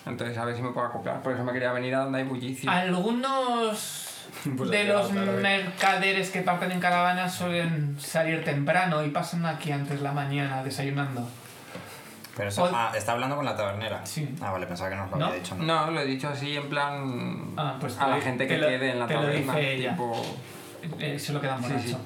Entonces, a ver si me puedo acoplar. Por eso me quería venir a donde hay bullicio.
Ah. Algunos
Pues
de
aquí a la
los
tarde.
mercaderes que parten en caravana suelen salir temprano y pasan aquí antes la mañana desayunando.
Pero eso,
Ol-
ah, está hablando con la tabernera.
Sí.
Ah, vale, pensaba que nos lo
¿No?
había dicho. ¿no?
No, lo he dicho así en plan
Ah, pues
a la
te-
gente
te
que
lo-
quede en la
te lo
taberna.
dice ella.
tipo,
Eh, se lo queda un
Sí,
borracho.
sí.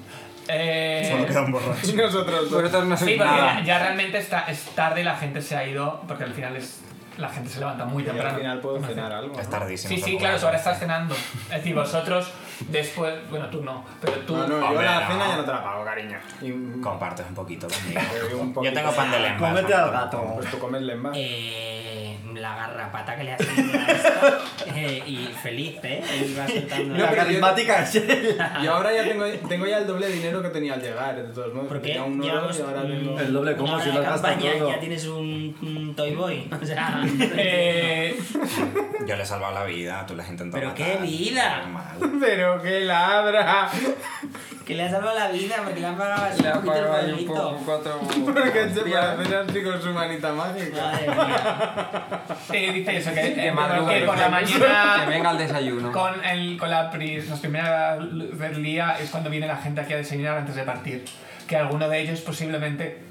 Eh,
Solo queda un borracho.
Y nosotros dos.
Vosotros no
sí,
sois
porque
nada.
ya, ya realmente está, es tarde y la gente se ha ido, porque al final es la gente se levanta muy
Y yo
temprano.
al final puedo
No hace-
cenar algo.
Es
¿no?
tardísimo.
Sí, sí,
tampoco
claro,
es-
ahora estás cenando. Es decir, vosotros después, bueno, tú no, pero tú...
Ah, No, no, yo
Hombre,
la
no.
cena ya no te la pago, cariño. Y-
Compartes un poquito conmigo.
Te doy un
Yo
poquito.
tengo pan de lengua.
Cómete al
Santo.
gato.
Pues tú comes más.
Eh, la garrapata que le ha salido a esto. Eh, y feliz, ¿eh? Él va soltando
No,
la
pero-
carismática es ella.
Yo ahora ya tengo, tengo ya el doble de dinero que tenía al llegar, de todos modos.
Porque
Tenía un euro
llevamos
y ahora tengo...
El doble como
una hora
si
de
lo has gastado
campaña y
todo.
Ya tienes un, un Toy Boy. O sea,
Eh,
Yo le he salvado la vida, tú le has intentado
Pero
matar.
qué vida.
Normal.
Pero qué ladra.
que le has salvado la vida porque le han pagado así
Le
un
han
poquito el
pagado ahí un
polvito.
poco cuatro.
Porque se
hostias.
parece así con su manita mágica.
Madre mía.
te dice eso, que,
Que
eh,
madrugue.
que por la mañana...
Que venga al desayuno.
Con, el, con la pri- las primeras luz del día es cuando viene la gente aquí a desayunar antes de partir. Que alguno de ellos posiblemente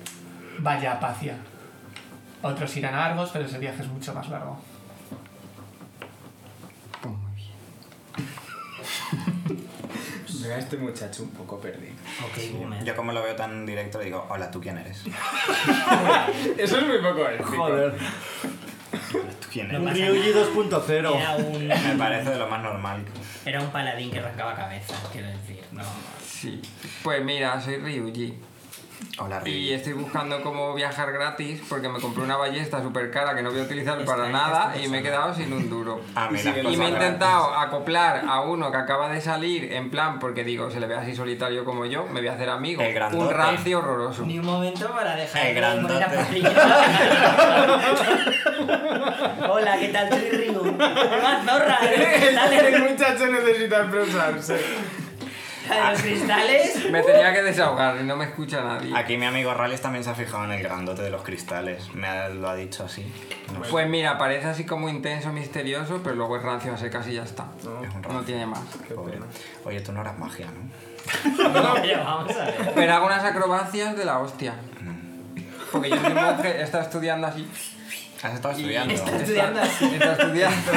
vaya a Pacia. Otros irán a Argos, pero ese viaje es mucho más largo.
Pues muy bien.
Vea este muchacho un poco perdido.
Ok, boomer.
Yo como lo veo tan directo le digo, hola, ¿tú quién eres?
Eso es muy poco ético.
Joder.
¿Tú quién
No
eres?
pasa
Ryuji
nada.
2.0.
Era un,
Me parece de lo más normal.
era un paladín que arrancaba cabezas, quiero decir. No.
Sí. Pues mira, soy Ryuji.
Hola,
Y
Rick.
estoy buscando cómo viajar gratis porque me compré una ballesta súper cara que no voy a utilizar
Extraña
para
esta
nada y
persona.
me he quedado sin un duro.
A mí
y
las
sigue-
Y
cosas
me he
gratis.
intentado acoplar a uno que acaba de salir en plan porque digo, se le ve así solitario como yo, me voy a hacer amigo.
El grandote.
Un rancio horroroso.
Ni un momento para dejar
El
de morir a
grandote.
Patrick. Hola, ¿qué tal? Soy Ryu. Mazorra, ¿eh? dale.
El muchacho necesita expresarse.
La de los cristales.
Me tenía que desahogar y no me escucha nadie.
Aquí mi amigo Rales también se ha fijado en el grandote de los cristales. Me ha- lo ha dicho así. No sé,
Pues mira, parece así como intenso, misterioso, pero luego es rancio a secas y ya está.
es un
No
rato.
tiene más.
Pobre. Oye, tú no eras magia, ¿no?
No, pero vamos a ver.
Pero hago unas acrobacias de la hostia.
Mm.
Porque yo soy monje, está estudiando así.
Has estado estudiando.
Está estudiando así.
Está estudiando.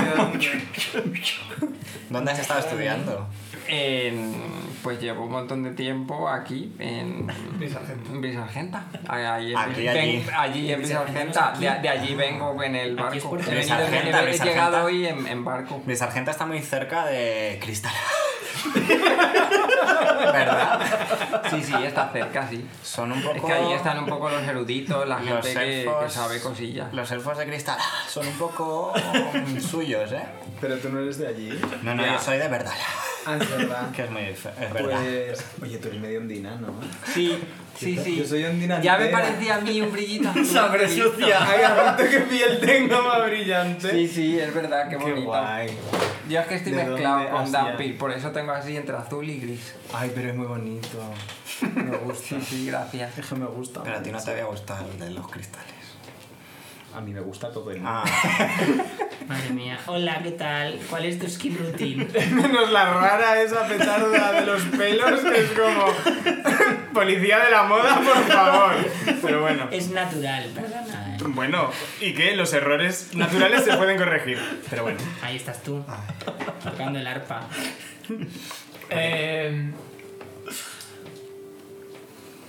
¿Dónde has estado estudiando?
En- pues llevo un montón de tiempo aquí en en Brisargenta. Ahí en-
Aquí,
ven-
allí.
allí en Brisargenta. De, de allí vengo en el
Aquí es
barco.
Puerto
He, venido- he-
Brisargenta,
he
Brisargenta.
llegado hoy en, en barco.
Mi sargenta está muy cerca de Cristal. ¿Verdad?
Sí, sí, está cerca, sí.
Son un poco.
Es que ahí están un poco los eruditos, la
Los
gente que, que
elfos-
sabe cosillas.
Los elfos de Cristal son un poco suyos, ¿eh?
Pero tú no eres de allí.
No, no,
Ya.
yo soy de verdad.
Ah, es verdad.
Que es muy. fe- Es verdad.
Pues. Oye, tú eres medio ondina, ¿no?
Sí, sí, sí.
Yo soy ondina
ya me
entera.
parecía a mí un brillito. azul.
Sabré
Sí.
sucia.
Ay, aparte qué piel tengo más brillante.
Sí, sí, es verdad, qué
qué
bonito.
guay.
Yo es que estoy
¿De dónde?
mezclado con
Asia.
Dampir, por eso tengo así entre azul y gris.
Ay, pero es muy bonito. Me gusta.
Sí, sí, gracias.
Es que me gusta.
Pero a ti no te había gustado el de los cristales.
A mí me gusta todo el mundo.
Ah,
Madre mía. Hola, ¿qué tal? ¿Cuál es tu skin routine?
Menos la rara esa petarda de los pelos que es como... Policía de la moda, por favor. Pero bueno.
Es natural, perdona. ¿eh?
Bueno, y que los errores naturales se pueden corregir. Pero bueno.
Ahí estás tú, tocando el arpa.
Eh,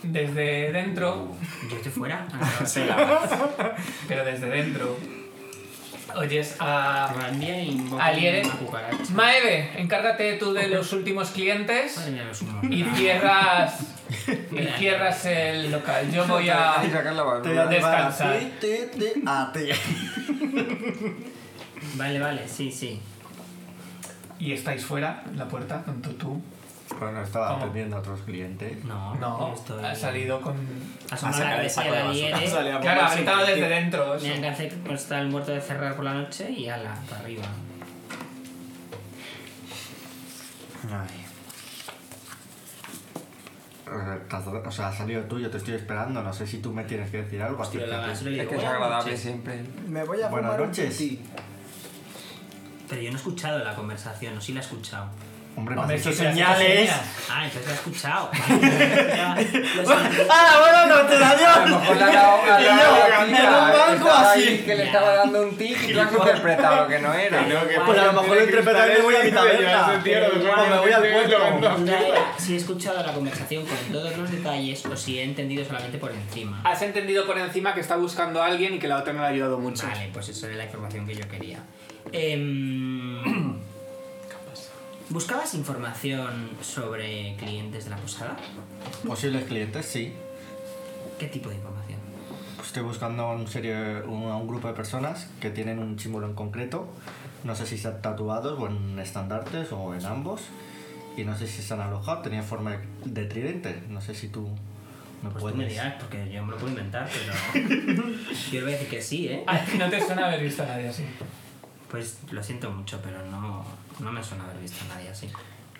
desde dentro,
Yo estoy fuera.
sí, la verdad.
pero desde dentro, oyes a...
Randia y invoca
Aliere.
una cucaracha.
Maeve, encárgate tú de los últimos clientes
Madre mía, los humanos.
y cierras, y cierras el local. Yo voy a...
Y sacar la
Te voy a
basura.
llevar a
Descansar.
ti, ti, ti, a ti.
Vale, vale, sí, sí.
Y estáis fuera, en la puerta, tanto tú
Bueno, estaba
¿Cómo?
atendiendo a otros clientes.
No,
No,
esto
ha
es-
salido con.
Ha sonado
Ha sacado el
la cabeza de
saco de basura.
Daniele.
Sale a
Claro, ha
ponerse
gritado
aquí.
desde dentro. eso.
Mira que hace pues, está el muerto de cerrar por la noche y ala, para arriba.
Ay.
O sea, te has- O sea, ha salido tú, yo te estoy esperando. No sé si tú me tienes que decir algo. así
Tiro la
que-
basura y
Es
digo,
que es
"Buenas
agradable
noches".
siempre.
Me voy a
Buenas
fumar un
noches.
piti.
Pero yo no he escuchado la conversación, no sé si la he escuchado.
Hombre,
Hombre,
me
sí,
has
sí,
dicho-
señales.
Ah, entonces la he escuchado. Ya, lo siento.
¡Ah, bueno, no te la
A lo mejor le ha dado una
Y yo,
dado
en un banco
estaba
así.
ahí, Que le estaba dando un tic y lo ha interpretado que no era.
Pues a lo mejor lo interpretaré y me voy a mi taberna. O me voy al puerto.
Una era si he escuchado la conversación con todos los detalles o si he entendido solamente por encima.
Has entendido por encima que está buscando a alguien y que la otra no le ha ayudado mucho.
Vale, pues eso era la información que yo quería. Em, ¿Buscabas información sobre clientes de la posada?
Posibles clientes, sí.
¿Qué tipo de información?
Estoy buscando un serie, un, a un grupo de personas que tienen un símbolo en concreto. No sé si están tatuados o en estandartes o en ambos. Y no sé si están alojados. Tenía forma de tridente. No sé si tú me
Pues
puedes...
tú me dirás, porque yo me lo puedo inventar, pero. yo le voy a decir que sí, ¿eh?
A ti no te suena haber visto a nadie así.
Pues lo siento mucho, pero no, no me suena haber visto a nadie así.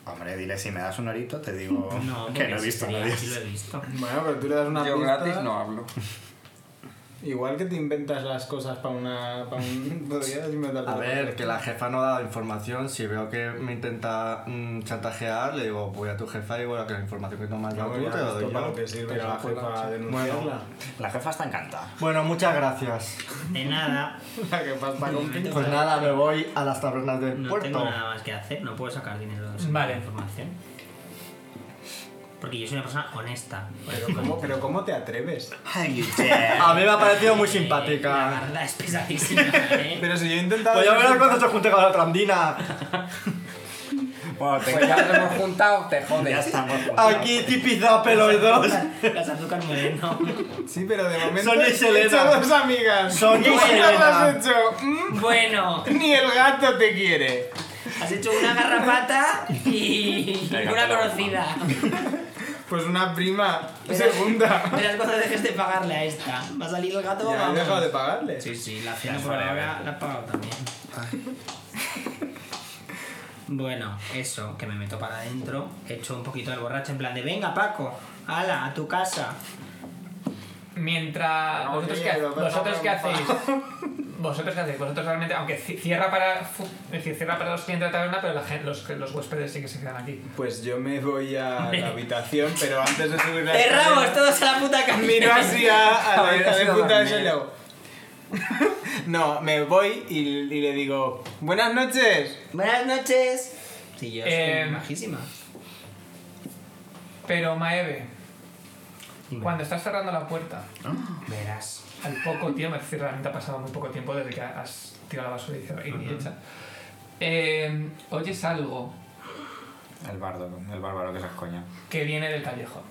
Hombre, dile, si me das un horito, te digo
Oh, No,
que no he
porque
visto a
sí,
nadie.
Sí lo he visto.
Bueno, pero tú le das una
Yo
pista.
gratis no hablo.
Igual que te inventas las cosas para una. Para un, podrías inventarte
A
otra
ver,
cosa.
que la jefa no ha dado información. Si veo que me intenta mm, chantajear, le digo, voy a tu jefa y digo, la que la información que no me has dado
No,
tú
ya
te la
esto
doy
para
yo".
lo que sirve
Te
la
bajo el
jefa
coche.
denunciarla.
La jefa está encantada.
Bueno, muchas gracias.
De nada,
La jefa está con pinzas.
Pues nada, me voy a las tabernas del
no
puerto.
tengo nada más que hacer, no puedo sacar dinero de
Vale.
la información. Porque yo soy una persona honesta.
Pero ¿cómo, pero ¿cómo te atreves?
Ay,
A mí me ha parecido muy
Eh, La
simpática.
barda es pesadísima, ¿eh?
Pero si yo he intentado.
Pues ya verás cuando se junte con la otra andina.
Bueno, te-
Pues ya nos hemos juntado, te
ya
jodes.
estamos. juntos.
Aquí tipizape los dos.
Las azúcar moreno.
Sí, pero de momento.
Sonia y
he
Selena.
hecho dos amigas.
Sonia y
¿Cuántas
Selena.
has hecho? ¿Mm?
Bueno,
Ni el gato te quiere.
has hecho una garrapata y una conocida.
Pues una prima. Segunda.
Verás cuando dejes de pagarle a esta. ¿Me ha salido el gato?
Ya he
vamos.
dejado de pagarle.
Sí, sí, la cena por ahora la has pagado también. Bueno, eso, que me meto para adentro, echo un poquito al borracho en plan de venga Paco, ala, a tu casa.
Mientras.
No,
vosotros
sí,
qué ha-
lo veo
vosotros qué
tampoco.
hacéis. Vosotros qué hacéis. Vosotros realmente. Aunque ci- cierra para. fu- Es decir, cierra para los clientes de la taberna, pero la gen- los, los huéspedes sí que se quedan aquí.
Pues yo me voy a la habitación, pero antes de subir la
¡Cerramos
escalera,
todos a la puta calle!
Miro así a, a la
Habría
hija de
sido
puta
dormir.
esa y le hago, No, me voy y, y le digo. Buenas noches.
Buenas noches. Sí, yo soy
Eh,
majísima.
Pero Maeve,
Dime.
cuando estás cerrando la puerta,
Verás.
al poco tiempo, es decir, realmente ha pasado muy poco tiempo desde que has tirado la basura y y hecha, eh, oyes algo
El bardo, el bárbaro que se escoña.
que viene del callejón.